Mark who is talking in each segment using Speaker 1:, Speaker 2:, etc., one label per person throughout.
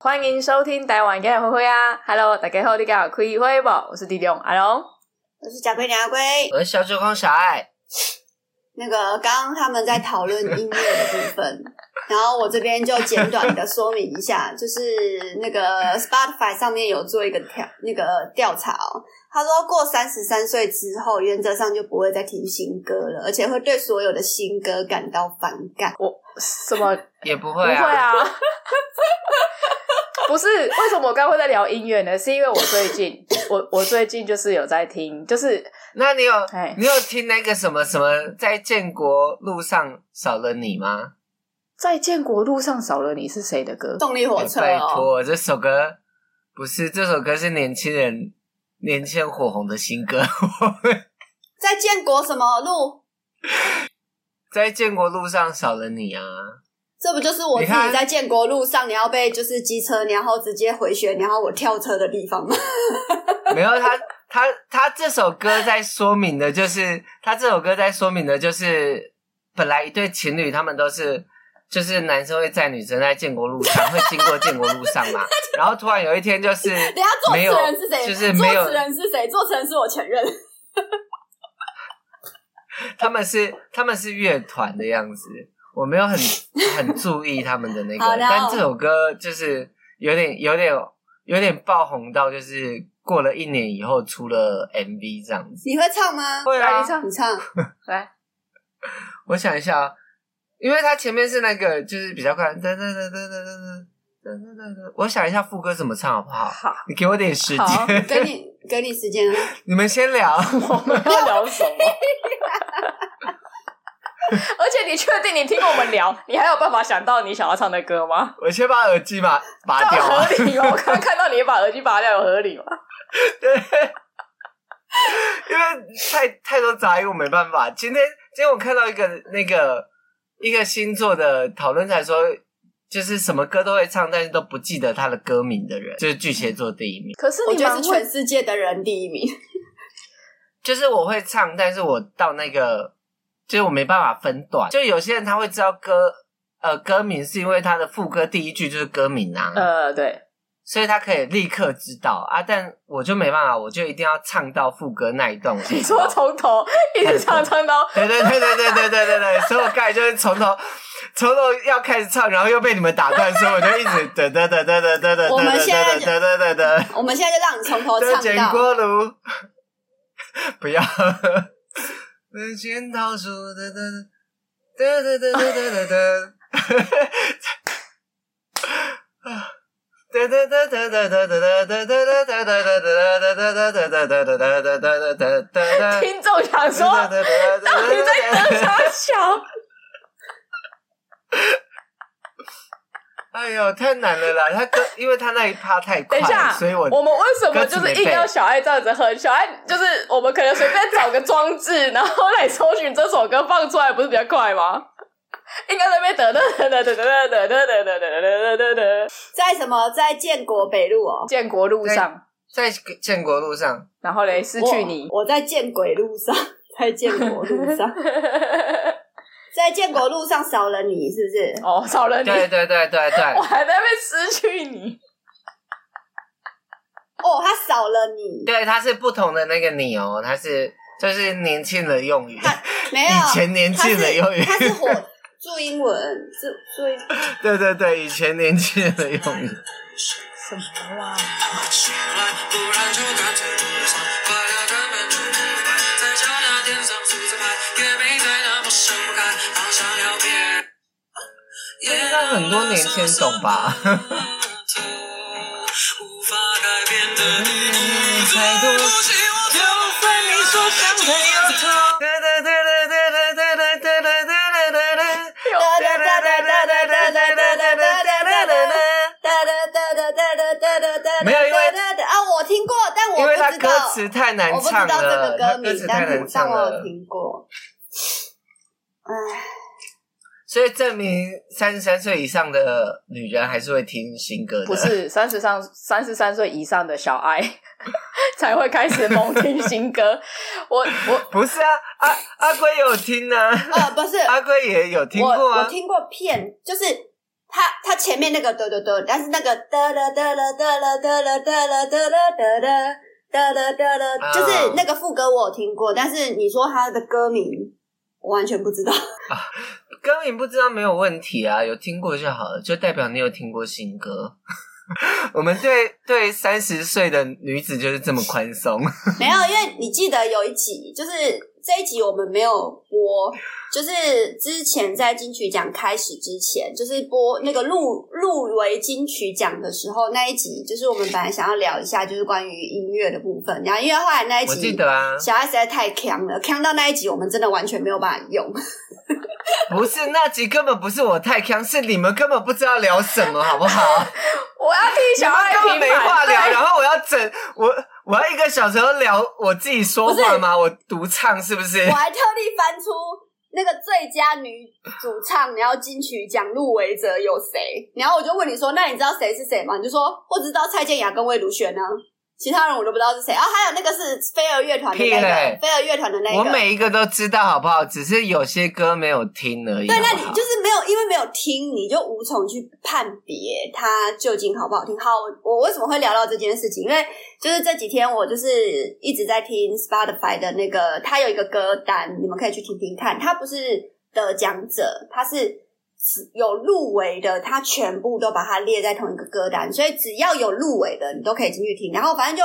Speaker 1: 欢迎收听台湾家的灰灰啊！Hello，大家好，你好，可以灰不？我是迪龙，阿龙。
Speaker 2: 我是假龟娘龟。
Speaker 3: 我是小酒空小爱，
Speaker 2: 那个刚刚他们在讨论音乐的部分，然后我这边就简短的说明一下，就是那个 Spotify 上面有做一个调那个调查哦，他说过三十三岁之后，原则上就不会再听新歌了，而且会对所有的新歌感到反感。
Speaker 1: 什么？
Speaker 3: 也不
Speaker 1: 不
Speaker 3: 会
Speaker 1: 会
Speaker 3: 啊，
Speaker 1: 啊！ 不是，为什么我刚刚会在聊音乐呢？是因为我最 近，我我最近就是有在听，就是
Speaker 3: 那你有
Speaker 1: 哎
Speaker 3: 你有听那个什么什么在建国路上少了你吗？
Speaker 1: 在建国路上少了你是谁的歌？
Speaker 2: 动力火车
Speaker 3: 哎拜
Speaker 2: 哦，
Speaker 3: 托，这首歌不是这首歌是年轻人年轻人火红的新歌，
Speaker 2: 在建国什么路？
Speaker 3: 在建国路上少了你啊，
Speaker 2: 这不就是我自
Speaker 3: 你看
Speaker 2: 己在建国路上，你要被就是机车，然后直接回旋，然后我跳车的地方吗？
Speaker 3: 没有他他他这首歌在说明的就是他这首歌在说明的就是本来一对情侣他们都是。就是男生会载女生在建国路上，会经过建国路上 嘛，然后突然有一天就是
Speaker 2: 等一下作
Speaker 3: 没有
Speaker 2: 词人是谁？
Speaker 3: 就是没有
Speaker 2: 作词人是谁？作词人是我前任。
Speaker 3: 他们是他们是乐团的样子，我没有很很注意他们的那个
Speaker 2: 好，然
Speaker 3: 但
Speaker 2: 后
Speaker 3: 这首歌就是有点有点有点爆红到，就是过了一年以后出了 MV 这样子。
Speaker 2: 你会唱吗？
Speaker 3: 会
Speaker 1: 来，
Speaker 3: 啊
Speaker 1: 你，唱
Speaker 2: 你唱。
Speaker 1: 来。
Speaker 3: 我想一下啊，因为它前面是那个就是比较快，噔噔噔噔噔噔噔噔噔噔噔，我想一下副歌怎么唱好不好？
Speaker 1: 好，
Speaker 3: 你给我点时
Speaker 1: 好
Speaker 3: 间，
Speaker 2: 给 你给你时间啊！
Speaker 3: 你们先聊。
Speaker 1: 我们要聊什么？而且你确定你听我们 聊，你还有办法想到你想要唱的歌吗？
Speaker 3: 我先把耳机嘛拔
Speaker 1: 这
Speaker 3: 掉
Speaker 1: 样
Speaker 3: 啊。
Speaker 1: 合理吗？我刚看到你把耳机拔掉，有合理吗？
Speaker 3: 对，啊因为太太多杂音，我没办法。今天今天我看到一个那个一个星座的讨论才说，就是什么歌都会唱，但是都不记得他的歌名的人，就是巨蟹座第一名。
Speaker 1: 可是
Speaker 2: 我
Speaker 1: 你
Speaker 2: 觉得
Speaker 1: 蛮
Speaker 2: 是
Speaker 1: 会
Speaker 2: 全世界的人第一名。
Speaker 3: 就是我会唱，但是我到那个，就是我没办法分段。就有些人他会知道歌呃歌名，是因为他的副歌第一句就是歌名啊。
Speaker 1: 呃， 对，
Speaker 3: 所以他可以立刻知道啊，但我就没办法，我就一定要唱到副歌那一段。我才
Speaker 1: 你
Speaker 3: 知道
Speaker 1: 说从头一直唱唱到
Speaker 3: 对对对对对对对对对，所以我刚才就是从头从头要开始唱，然后又被你们打断，所以我就一直得得得得得得得
Speaker 2: 我们现在
Speaker 3: 得得得得得
Speaker 2: 我们现在就让你从头
Speaker 3: 得
Speaker 2: 唱
Speaker 3: 捡
Speaker 2: 到。
Speaker 3: 锅炉，不要，得剪刀手得得得得得得得得得，得得得得得得得得得得得得得得得得得得得得得得得。
Speaker 1: 听众想说，到底在得啥 小？
Speaker 3: 哎呦，太难了啦！他歌，因为他那一趴太快，
Speaker 1: 等一下，
Speaker 3: 所以我
Speaker 1: 我们为什么就是硬要小爱这样子哼？小爱就是我们可能随便找个装置，然后来搜寻这首歌放出来，不是比较快吗？应该在那边得得得得得得得得得得得得得，
Speaker 2: 在什么？在建国北路哦。
Speaker 1: 建国路上，
Speaker 3: 在建国路上，
Speaker 1: 然后嘞失去你，
Speaker 2: 我我在建轨路上， 在建国路 上，在建国路上少了你，是不是？
Speaker 1: 哦，少了你，
Speaker 3: 对对对对
Speaker 1: 我
Speaker 3: 对
Speaker 1: 还在那边失去 你，
Speaker 2: 哦，他少了你，
Speaker 3: 对，它是不同的那个你哦，它是就是年轻人用语，
Speaker 2: 没有。
Speaker 3: 以前年
Speaker 2: 他
Speaker 3: 轻
Speaker 2: 是
Speaker 3: 人用语，
Speaker 2: 他是火注英文，注注英
Speaker 3: 对对对，以前年轻人的用语。
Speaker 1: 什么啦？
Speaker 4: 醒来，不然就干脆入场，把聊根本就不白，在桥梁点上数字牌，也没再那么盛不开，好想聊天。
Speaker 3: 应该很多年轻人懂吧？
Speaker 4: 无法改变的地图，
Speaker 3: 太多
Speaker 4: 不信我就
Speaker 3: 对你说想的有痛。哒哒哒哒哒哒哒哒哒哒哒哒哒。哒哒哒哒哒哒哒
Speaker 2: 哒哒哒
Speaker 3: 哒哒哒哒哒。
Speaker 2: 哒哒哒哒哒哒，
Speaker 3: 没有因为
Speaker 2: 哒哒啊，我听过，但我
Speaker 3: 因
Speaker 2: 不
Speaker 3: 为
Speaker 2: 知道
Speaker 3: 它歌词太难
Speaker 2: 我不知
Speaker 3: 唱
Speaker 2: 道这
Speaker 3: 了，
Speaker 2: 个
Speaker 3: 它
Speaker 2: 歌
Speaker 3: 歌
Speaker 2: 名
Speaker 3: 词，太
Speaker 2: 但
Speaker 3: 难
Speaker 2: 我但
Speaker 3: 唱
Speaker 2: 我有
Speaker 3: 了，
Speaker 2: 听过。唉，
Speaker 3: 所以证明三十三岁以上的女人还是会听新歌的。
Speaker 1: 不是三十上三十三岁以上的小爱 才会开始猛听新歌。我我
Speaker 3: 不是啊，阿阿龟有听呢、啊，
Speaker 2: 呃，不是，
Speaker 3: 阿龟也有听
Speaker 2: 我
Speaker 3: 过
Speaker 2: 我
Speaker 3: 啊。
Speaker 2: 听过片，就是他他前面那个得得得，但是那个得了得了得了得了得了得了得了得了得了，就是那个副歌我有听过，但是你说他的歌名，我完全不知道。
Speaker 3: 歌名不知道没有问题啊，有听过就好了，就代表你有听过新歌。 我们对对三十岁的女子就是这么宽松，
Speaker 2: 没有，因为你记得有一集，就是这一集我们没有播，就是之前在金曲奖开始之前，就是播那个入入围金曲奖的时候那一集，就是我们本来想要聊一下，就是关于音乐的部分，然后因为后来那一
Speaker 3: 我记
Speaker 2: 集。
Speaker 3: 得啊，
Speaker 2: 小爱实在太强了，强到那一集我们真的完全没有办法用。
Speaker 3: 不是那集根本不是我太坑，是你们根本不知道聊什么，好 不好？
Speaker 1: 我要替小爱
Speaker 3: 你们根本
Speaker 1: 平
Speaker 3: 没
Speaker 1: 反。
Speaker 3: 话聊，
Speaker 1: 对
Speaker 3: 然后我要整我我要一个小时都聊我自己说话吗？我独唱是不是？
Speaker 2: 我还特地翻出那个最佳女主唱，然后金曲奖入围者有谁？然后我就问你说，那你知道谁是谁吗？你就说我只知道蔡健雅跟魏如萱呢、其他人我都不知道是谁啊。还有那个是飞儿乐团的那
Speaker 3: 屁
Speaker 2: 个
Speaker 3: 嘞，
Speaker 2: 飞儿乐团的那一个。
Speaker 3: 我每一个都知道，好不好？只是有些歌没有听而已。
Speaker 2: 对，那
Speaker 3: 好不
Speaker 2: 你
Speaker 3: 好
Speaker 2: 就是没有，因为没有听，你就无从去判别它究竟好不好听。好，我我为什么会聊到这件事情？因为就是这几天我就是一直在听 Spotify 的那个，它有一个歌单，你们可以去听听看。它不是得奖者，它是有入围的，它全部都把它列在同一个歌单，所以只要有入围的，你都可以进去听。然后反正就。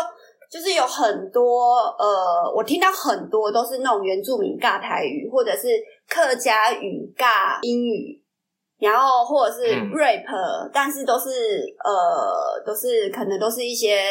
Speaker 2: 就是有很多呃，我听到很多都是那种原住民尬台语，或者是客家语尬英语，然后或者是
Speaker 3: 嗯
Speaker 2: rap，、但是都是呃，都是可能都是一些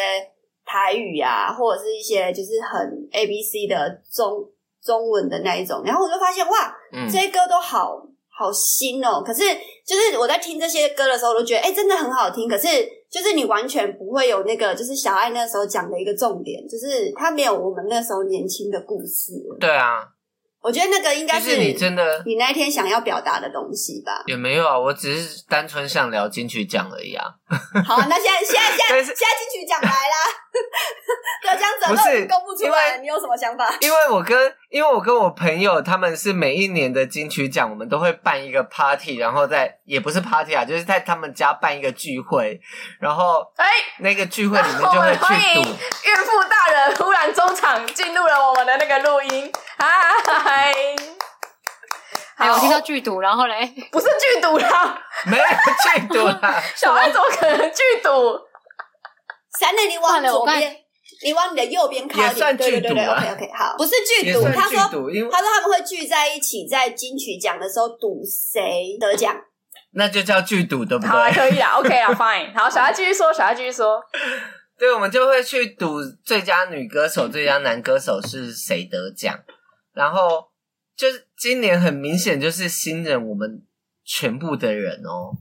Speaker 2: 台语啊，或者是一些就是很 A B C 的中中文的那一种。然后我就发现哇，
Speaker 3: 嗯
Speaker 2: 这些歌都好好新哦。可是就是我在听这些歌的时候，我都觉得哎、诶真的很好听。可是就是你完全不会有那个，就是小爱那时候讲的一个重点，就是他没有我们那时候年轻的故事。
Speaker 3: 对啊，
Speaker 2: 我觉得那个应
Speaker 3: 就
Speaker 2: 该
Speaker 3: 是你真的
Speaker 2: 你那一天想要表达的东西吧。
Speaker 3: 也没有啊，我只是单纯想聊金曲奖而已啊。
Speaker 2: 好，那现在现 在现在
Speaker 3: 但
Speaker 2: 现
Speaker 3: 是
Speaker 2: 在金曲奖来啦， 得奖者
Speaker 3: 不
Speaker 2: 都
Speaker 3: 是
Speaker 2: 已经公布出
Speaker 3: 因
Speaker 2: 来，
Speaker 3: 为
Speaker 2: 你有什么想法？
Speaker 3: 因为我跟因为我跟我朋友他们是每一年的金曲奖，我们都会办一个 party，然后在也不是 party 啊，就是在他们家办一个聚会，然后
Speaker 1: 哎，
Speaker 3: 那个聚会里面就会
Speaker 1: 欢
Speaker 3: 去
Speaker 1: 迎
Speaker 3: 赌。
Speaker 1: 孕妇大人忽然中场进入了我们的那个录音，嗨。
Speaker 5: 哎，我
Speaker 1: 好
Speaker 5: 听到剧毒，然后嘞，
Speaker 1: 不是剧毒啦，
Speaker 3: 没有去赌啦，
Speaker 1: 小爱怎么可能剧毒？
Speaker 2: 闪磊，你往
Speaker 5: 算了
Speaker 2: 左
Speaker 5: 我刚才
Speaker 2: 边，你往你的右边靠一
Speaker 3: 也
Speaker 2: 点，
Speaker 3: 算
Speaker 2: 对对对
Speaker 3: 剧
Speaker 2: 对
Speaker 3: 毒啊
Speaker 2: ，OK OK，好，不是剧
Speaker 3: 也
Speaker 2: 毒，
Speaker 3: 算
Speaker 2: 他
Speaker 3: 去
Speaker 2: 说
Speaker 3: 赌，因为
Speaker 2: 他说他们会聚在一起，在金曲奖的时候赌谁得奖。
Speaker 3: 那就叫剧赌，对不
Speaker 1: 好啦，
Speaker 3: 对？
Speaker 1: 可以啦，OK 啦，Fine。好，小爱继续说，小爱继续说。
Speaker 3: 对，我们就会去赌最佳女歌手、最佳男歌手是谁得奖，然后就是今年很明显就是新人，我们全部的人哦，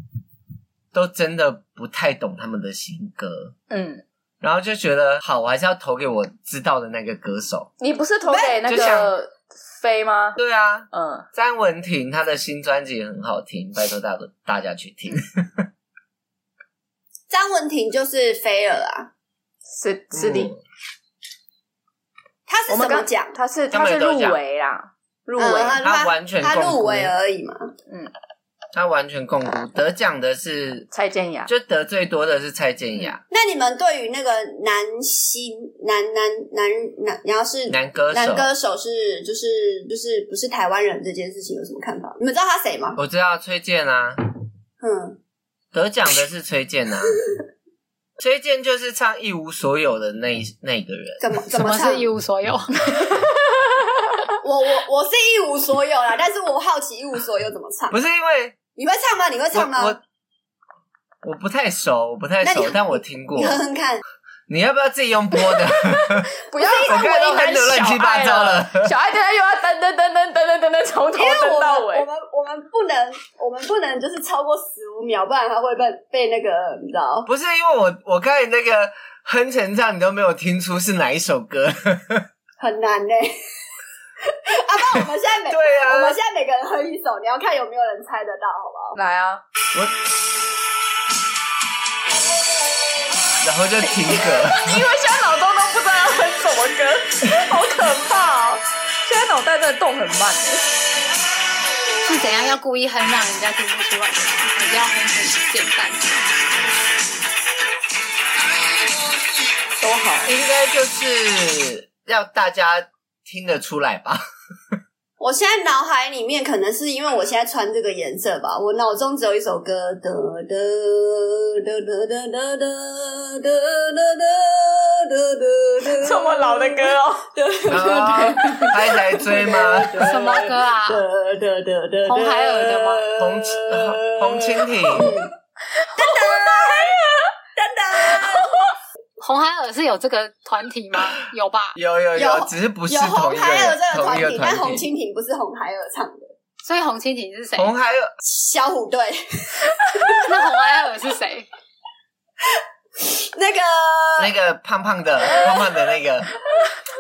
Speaker 3: 都真的不太懂他们的新歌，
Speaker 1: 嗯，
Speaker 3: 然后就觉得好，我还是要投给我知道的那个歌手。
Speaker 1: 你不是投给那
Speaker 3: 就像
Speaker 1: 个飞吗？
Speaker 3: 对啊，
Speaker 1: 嗯，
Speaker 3: 詹雯婷她的新专辑很好听，拜托大家大家去听。
Speaker 2: 张文婷就是菲儿啊，
Speaker 1: 是是的。
Speaker 3: 嗯
Speaker 2: 她是
Speaker 1: 我
Speaker 2: 什
Speaker 1: 们
Speaker 2: 么
Speaker 1: 刚
Speaker 2: 奖？
Speaker 1: 他是
Speaker 3: 他
Speaker 1: 他
Speaker 3: 们
Speaker 1: 是
Speaker 3: 也都
Speaker 1: 入
Speaker 3: 有讲
Speaker 1: 围啦，入围。
Speaker 2: 呃
Speaker 3: 她完全
Speaker 2: 她
Speaker 3: 共
Speaker 2: 入
Speaker 3: 辜
Speaker 2: 围而已嘛。
Speaker 3: 她完全共辜，得奖的是
Speaker 1: 蔡健雅，
Speaker 3: 就得最多的是蔡健雅，
Speaker 2: 那你们对于那个男星、男男男男，然后是
Speaker 3: 男歌手。
Speaker 2: 男歌手是就是就是不是台湾人这件事情有什么看法？你们知道他谁吗？
Speaker 3: 我知道崔健啊，
Speaker 2: 嗯，
Speaker 3: 得奖的是崔健 啊。崔健就是唱《一无所有》的那一那个人，
Speaker 2: 怎么怎
Speaker 5: 什么
Speaker 2: 唱
Speaker 5: 是？一无 所有？
Speaker 2: 我我我是一无所有啦，但是我好奇一无所有怎么唱
Speaker 3: 不？是因为
Speaker 2: 你会唱吗？你会
Speaker 3: 我
Speaker 2: 唱吗？
Speaker 3: 我我不太熟，我不太
Speaker 2: 那
Speaker 3: 熟
Speaker 2: 你，
Speaker 3: 但我听过
Speaker 2: 你。哼哼看，
Speaker 3: 你要不要自己用播的？
Speaker 1: 不要
Speaker 3: 我
Speaker 1: 再
Speaker 3: 看到
Speaker 1: 为
Speaker 3: 很
Speaker 1: 难
Speaker 3: 多乱七
Speaker 1: 小
Speaker 3: 八
Speaker 1: 爱
Speaker 3: 糟
Speaker 1: 了。
Speaker 3: 了。
Speaker 1: 小爱现在又要噔噔噔噔噔噔噔噔从头
Speaker 2: 因为我
Speaker 1: 噔
Speaker 2: 们
Speaker 1: 到
Speaker 2: 我
Speaker 1: 尾。
Speaker 2: 们我们不能我们不能就是超过十五秒，不然他会被被那个你知道。
Speaker 3: 不是因为我我看你那个哼成这样，你都没有听出是哪一首歌。
Speaker 2: 很难呢、 啊，不然我们现在每、
Speaker 3: 对啊
Speaker 2: 我们现在每个人哼一首，你要看有没有人猜得到，好不好？
Speaker 1: 来啊，
Speaker 3: 然后就停歌。
Speaker 1: 因为现在脑中都不知道要哼什么歌，好可怕哦！现在脑袋真的动很慢。
Speaker 6: 是怎样要故意哼让人家听不出来的吗，还是要哼很简单的？
Speaker 1: 都好。
Speaker 3: 应该就是要大家听得出来 吧？
Speaker 2: 我现在脑海里面可能是因为我现在穿这个颜色吧，我脑中只有一首歌，的的的的的的的的的的的，
Speaker 1: 这么老的 歌哦，
Speaker 3: 然后还来追吗？
Speaker 6: 什么歌啊？
Speaker 2: 的的的的，
Speaker 6: 红孩儿的吗
Speaker 3: 红蜻红 蜻蜓，
Speaker 6: 红孩儿是有这个团体 吗？有吧？
Speaker 3: 有有
Speaker 2: 有
Speaker 3: 只是不是
Speaker 2: 有红
Speaker 3: 同一个
Speaker 2: 孩儿
Speaker 3: 人
Speaker 2: 这个
Speaker 3: 同一
Speaker 2: 团
Speaker 3: 个
Speaker 2: 体，但
Speaker 3: 团
Speaker 2: 红
Speaker 3: 体。
Speaker 2: 蜻蜓不是红孩儿唱的，
Speaker 6: 所以红蜻蜓是谁？
Speaker 3: 红孩儿
Speaker 2: 小虎队
Speaker 6: 那红孩儿是谁？
Speaker 2: 那个
Speaker 3: 那个胖 胖的胖胖的那个啊，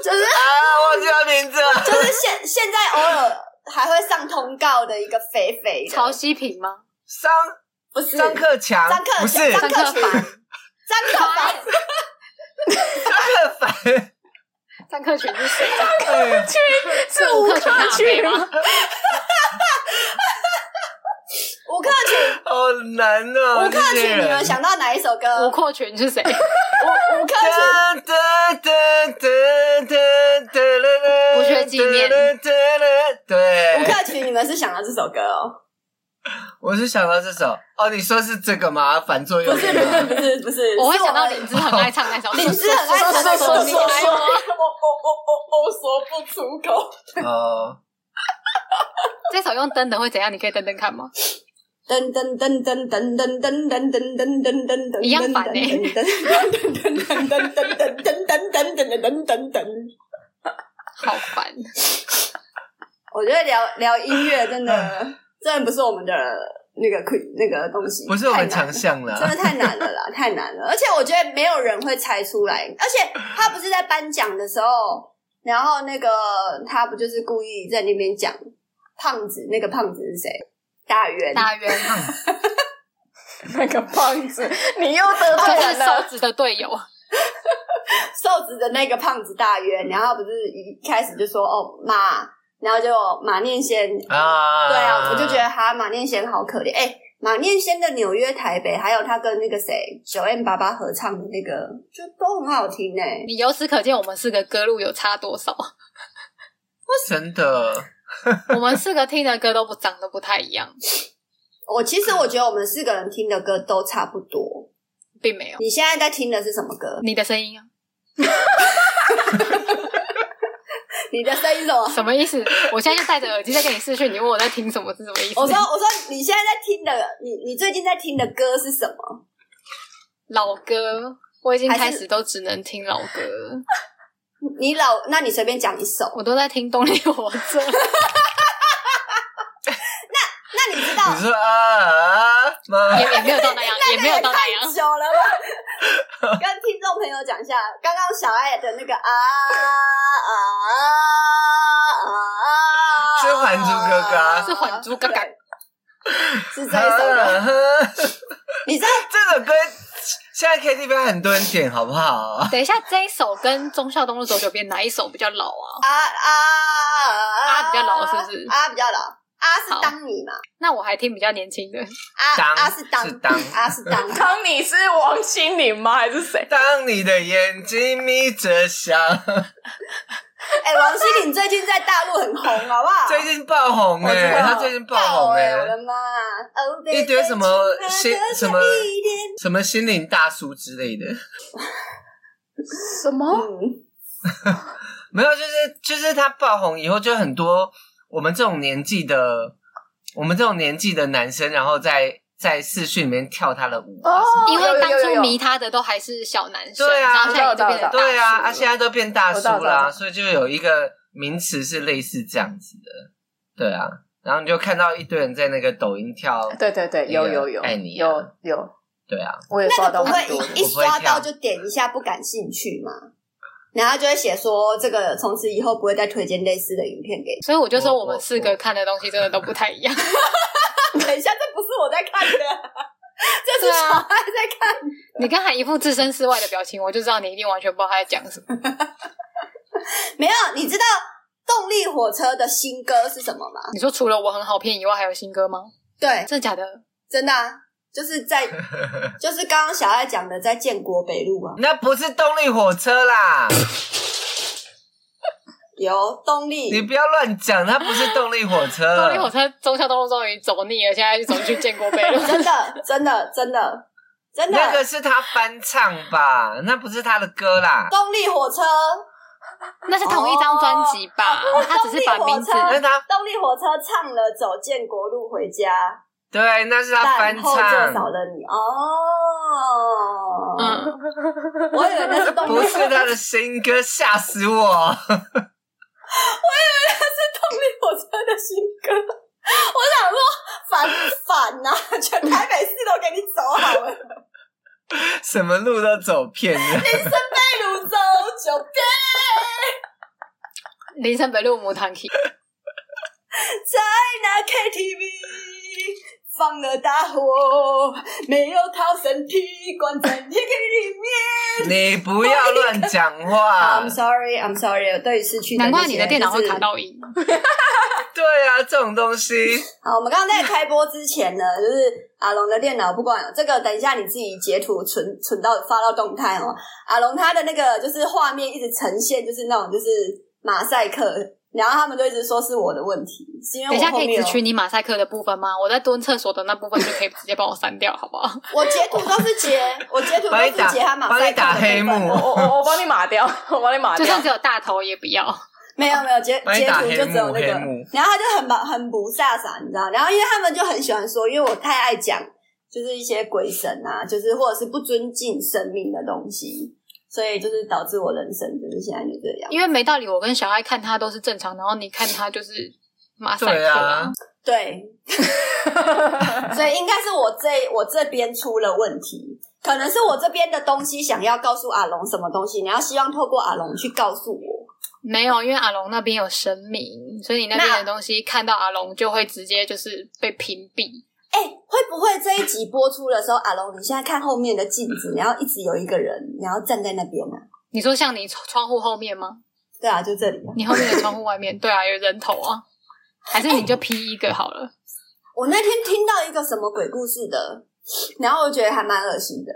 Speaker 2: 就是
Speaker 3: 忘记他 名字了。
Speaker 2: 就是现现在偶尔还会上通告的一个肥肥的，
Speaker 6: 曹希平吗？
Speaker 3: 张
Speaker 2: 不是
Speaker 3: 张克强，
Speaker 2: 张克
Speaker 3: 不是
Speaker 2: 张
Speaker 3: 张
Speaker 6: 张克
Speaker 2: 克
Speaker 6: 凡
Speaker 2: 凡、张克凡。
Speaker 3: 克凡，
Speaker 6: 张克群是 谁？
Speaker 3: 哎
Speaker 1: 是吴克群吗？
Speaker 2: 吴克群，
Speaker 3: 好难哦！
Speaker 2: 吴克群，你们想到哪一首歌？
Speaker 6: 吴
Speaker 2: 吴
Speaker 6: 克群啊是谁？
Speaker 2: 吴克群，
Speaker 3: 哒哒哒哒哒哒啦
Speaker 6: 不缺纪念
Speaker 2: 吴
Speaker 3: 对，
Speaker 2: 克群，你们是想到这首歌哦？
Speaker 3: 我是想到这首哦，你说是这个吗？反作用
Speaker 2: 不
Speaker 3: 力
Speaker 2: 是，不是，
Speaker 3: 吗？
Speaker 2: 不是，不是，
Speaker 6: 我会想到
Speaker 2: 是
Speaker 6: 林芝很爱唱那 首。
Speaker 2: 我们林志很爱唱那首
Speaker 6: 说
Speaker 1: 说
Speaker 6: 你
Speaker 1: 说
Speaker 6: 爱
Speaker 1: 说，我我
Speaker 6: 我。
Speaker 1: 我我说不出口。
Speaker 3: 哦，
Speaker 6: 这首用灯的会怎样？你可以灯灯看吗？
Speaker 2: 噔噔噔噔噔噔噔噔噔噔噔噔噔噔，
Speaker 6: 一样烦欸
Speaker 2: 噔噔噔噔噔噔噔噔噔噔噔噔噔 噔噔。
Speaker 6: 好烦。
Speaker 2: 我觉得聊聊音乐真的，真的不是我们的那个 que- 那个东西，
Speaker 3: 不是我
Speaker 2: 太
Speaker 3: 们
Speaker 2: 难
Speaker 3: 强项
Speaker 2: 真
Speaker 3: 啦
Speaker 2: 的。太难了啦，太难了！而且我觉得没有人会猜出来，而且他不是在颁奖的时候，然后那个他不就是故意在那边讲胖子，那个胖子是谁？大圆，
Speaker 6: 大渊
Speaker 1: 那个胖子， 你又得罪
Speaker 6: 就是
Speaker 1: 人了
Speaker 6: 手。指的队友，
Speaker 2: 瘦子的那个胖子大圆，然后他不是一开始就说哦马，然后就马念先，
Speaker 3: 啊，
Speaker 2: 对啊，我就觉得哈马念先好可怜，哎、马念先的纽约、台北，还有他跟那个谁九 M 爸爸合唱的那个，就都很好听哎、
Speaker 6: 你由此可见，我们四个歌路有差多少？
Speaker 3: 真的，
Speaker 6: 我们四个听的歌都不长得不太一样，
Speaker 2: 我其实我觉得我们四个人听的歌都差不多。
Speaker 6: 并没有。
Speaker 2: 你现在在听的是什么歌？
Speaker 6: 你的声音啊
Speaker 2: 你的声音什么？
Speaker 6: 什么意思？我现在就戴着耳机在跟你视讯，你问我在听什么是什么意思？
Speaker 2: 我说我说你现在在听的，你你最近在听的歌是什么？
Speaker 6: 老歌，我已经开
Speaker 2: 还是
Speaker 6: 始都只能听老歌，
Speaker 2: 你老，那你随便讲一首。
Speaker 6: 我都在听《动力火车》。
Speaker 2: 那你知道
Speaker 3: 你说啊啊妈，
Speaker 6: 也也没有 到那样，也没有到那
Speaker 2: 太
Speaker 6: 样。
Speaker 2: 久了吧？ 跟听众朋友讲一下，刚刚小爱的那个啊啊啊，
Speaker 3: 是还珠格格啊
Speaker 6: 是还珠格格
Speaker 2: 对是这一首歌。你知道
Speaker 3: 这首歌现在 KTV 很多人点，好不好？
Speaker 6: 等一下，这一首跟忠孝东路走九遍哪一首比较老啊？
Speaker 2: 啊啊
Speaker 6: 啊比较老是不是
Speaker 2: 啊比较老，啊
Speaker 6: 好
Speaker 2: 是当你嘛，
Speaker 6: 那我还听比较年轻的，
Speaker 2: 啊
Speaker 3: 当
Speaker 2: 啊是当
Speaker 3: 是当
Speaker 2: 啊是当，
Speaker 1: 当你是王心凌吗？还是谁？
Speaker 3: 当你的眼睛眯着想，
Speaker 2: 哎，王心凌最近在大陆很红，好不好？
Speaker 3: 最近爆红
Speaker 1: 我
Speaker 3: 哎、
Speaker 1: 知道
Speaker 3: 他最近爆红哎、
Speaker 2: 哎，我的妈！哦
Speaker 3: 一堆什么新什么
Speaker 2: 一点
Speaker 3: 什么心灵大叔之类的，
Speaker 1: 什么？
Speaker 2: 嗯，
Speaker 3: 没有，就是就是他爆红以后，就很多我们这种年纪的，我们这种年纪的男生，然后在在视讯里面跳他的舞啊
Speaker 1: 哦
Speaker 3: 什么，
Speaker 6: 因为当
Speaker 1: 有有有
Speaker 6: 初
Speaker 1: 有
Speaker 6: 迷他的都还是小男生，
Speaker 3: 对啊
Speaker 6: 然后现在就变成大叔了
Speaker 3: 对啊，啊，现在都变大叔
Speaker 1: 我知道我知
Speaker 3: 啦，
Speaker 1: 道
Speaker 3: 所以就有一个名词是类似这样子的，对啊，然后你就看到一堆人在那个抖音跳，
Speaker 1: 对对对，有有有
Speaker 3: 爱你啊
Speaker 1: 有有，
Speaker 3: 对啊，
Speaker 1: 我也刷
Speaker 2: 那
Speaker 1: 到
Speaker 2: 你不
Speaker 1: 很多的
Speaker 2: 会。一一刷到就点一下不感兴趣吗？然后就会写说这个从此以后不会再推荐类似的影片给
Speaker 6: 所以我就说
Speaker 3: 我
Speaker 6: 我们四
Speaker 3: 我
Speaker 6: 个看的东西真的都不太一样。
Speaker 2: 你。 等一下，这不是我在看的，这
Speaker 6: 对
Speaker 2: 是小
Speaker 6: 啊
Speaker 2: 爱在看。
Speaker 6: 你刚才一副置身事外的表情，我就知道你一定完全不知道他在讲什么。
Speaker 2: 没有，你知道动力火车的新歌是什么吗？
Speaker 6: 你说除了我很好骗以外，还有新歌吗？
Speaker 2: 对，
Speaker 6: 真的假的？
Speaker 2: 真的、啊、就是在就是刚刚小爱讲的，在建国北路啊，
Speaker 3: 那不是动力火车啦！
Speaker 2: 有动
Speaker 3: 你
Speaker 2: 力。
Speaker 3: 不要乱讲，它不是动力火车。
Speaker 6: 动力火车中孝东路终于走腻了，现在走去建国北路。
Speaker 2: 真的，真的，真的，真的，
Speaker 3: 那个是他翻唱吧？那不是他的歌啦，
Speaker 2: 动力火车，
Speaker 6: 那是同一张专辑吧？他只是把名字
Speaker 2: 动力火车
Speaker 3: 那是他
Speaker 2: 动力火车唱了《走建国路回家
Speaker 3: 对，那是》，他翻
Speaker 2: 但后座
Speaker 3: 唱
Speaker 2: 少，了你哦。
Speaker 6: 嗯，
Speaker 2: 我以为那是动 力
Speaker 3: 不
Speaker 2: 火
Speaker 3: 是
Speaker 2: 车，
Speaker 3: 他的新歌，吓死我！
Speaker 2: 动力火车的新歌。我想说，烦不烦呐、全台北市都给你走好了，
Speaker 3: 什么路都走遍了。
Speaker 2: 被泸州酒店
Speaker 6: 林森北路母堂 key，
Speaker 2: 在那 KTV 放了大火，没有逃生梯，关在那个里面。
Speaker 3: 你不要乱讲话
Speaker 2: I'm。sorry, I'm sorry，我对于失去
Speaker 6: 啊难怪你
Speaker 2: 的
Speaker 6: 的电脑会卡
Speaker 2: 到。
Speaker 6: 到音。
Speaker 3: 对啊，这种东西，
Speaker 2: 好，我们刚刚在开播之前 呢，就是阿龙的电脑，不管哦这个，等一下你自己截图存存到发到动态哦。阿龙他的那个就是画面一直呈现，就是那种就是马赛克，然后他们就一直说是我的问题，是因为
Speaker 6: 等一
Speaker 2: 我
Speaker 6: 下
Speaker 2: 后
Speaker 6: 可
Speaker 2: 面
Speaker 6: 以只
Speaker 2: 有
Speaker 6: 取你马赛克的部分吗？我在蹲厕所的那部分就可以直接帮我删掉，好不好？
Speaker 2: 我截图都是截，我截图都
Speaker 3: 帮你
Speaker 2: 是
Speaker 3: 打
Speaker 2: 截他马
Speaker 3: 帮
Speaker 2: 赛
Speaker 3: 你
Speaker 2: 克
Speaker 3: 打
Speaker 2: 的
Speaker 3: 黑
Speaker 2: 部分
Speaker 3: 幕
Speaker 1: 我，我我我帮你码掉， 我帮你码
Speaker 6: 就
Speaker 1: 掉
Speaker 6: 算。只有大头也不要。
Speaker 2: 没有没有截
Speaker 3: 帮你
Speaker 2: 截
Speaker 3: 打
Speaker 2: 图就只有那个
Speaker 3: 黑幕黑幕，
Speaker 2: 然后他就很把很不飒飒，你知道？然后因为他们就很喜欢说，因为我太爱讲，就是一些鬼神啊，就是或者是不尊敬生命的东西，所以就是导致我人生就是现在就这样。
Speaker 6: 因为没道理，我跟小爱看他都是正常，然后你看他就是马赛
Speaker 3: 对
Speaker 6: 克、
Speaker 3: 啊，
Speaker 2: 对，所以应该是我这我这边出了问题，可能是我这边的东西想要告诉阿龙什么东西，然后希望透过阿龙去告诉我。
Speaker 6: 没有，因为阿龙那边有神明，所以你那边的东西看到阿龙就会直接就是被屏蔽。
Speaker 2: 哎、会不会这一集播出的时候，阿龙，你现在看后面的镜子，然后一直有一个人，然后站在那边呢、啊？
Speaker 6: 你说像你窗窗户后面吗？
Speaker 2: 对啊，就这里、啊。
Speaker 6: 你后面的窗户外面， 对啊，有人头啊，还是你就 P 一个好了？
Speaker 2: 我那天听到一个什么鬼故事的，然后我觉得还蛮恶心的。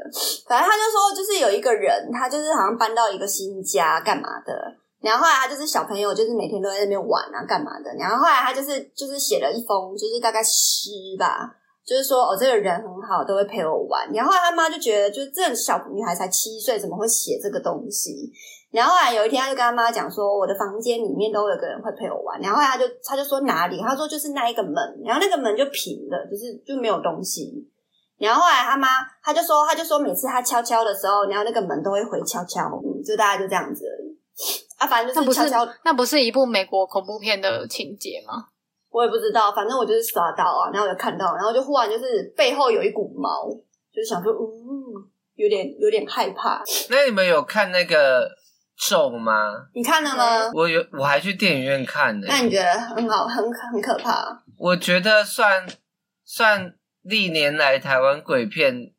Speaker 2: 反正他就说，就是有一个人，他就是好像搬到一个新家干嘛的，然后后来他就是小朋友，就是每天都在那边玩啊干嘛的，然后后来他就是就是写了一封，就是大概诗吧。就是说，哦，这个人很好，都会陪我玩。然后后来他妈就觉得，就是这小女孩才七岁，怎么会写这个东西？然后后来有一天，他就跟他妈讲说，我的房间里面都有个人会陪我玩。然后后来他就他就说哪里？他说就是那一个门，然后那个门就平的，就是就没有东西。然后后来他妈他就说他就说每次他敲敲的时候，然后那个门都会回敲敲，嗯，就大概就这样子而已。啊，反
Speaker 3: 哎
Speaker 2: 正就
Speaker 6: 那不
Speaker 2: 是
Speaker 6: 是
Speaker 2: 敲敲，
Speaker 6: 那不是一部美国恐怖片的情节吗？
Speaker 2: 我也不知道，反正我就是刷到啊，然后我就看到，然后就忽然就是背后有一股毛，就是想说，嗯，有点有点害怕。
Speaker 3: 那你们有看那个咒吗？
Speaker 2: 你看了吗？
Speaker 3: 我有，我还去电影院看呢、
Speaker 2: 那你觉得很好，很很可怕？
Speaker 3: 我觉得算算历年来台湾鬼片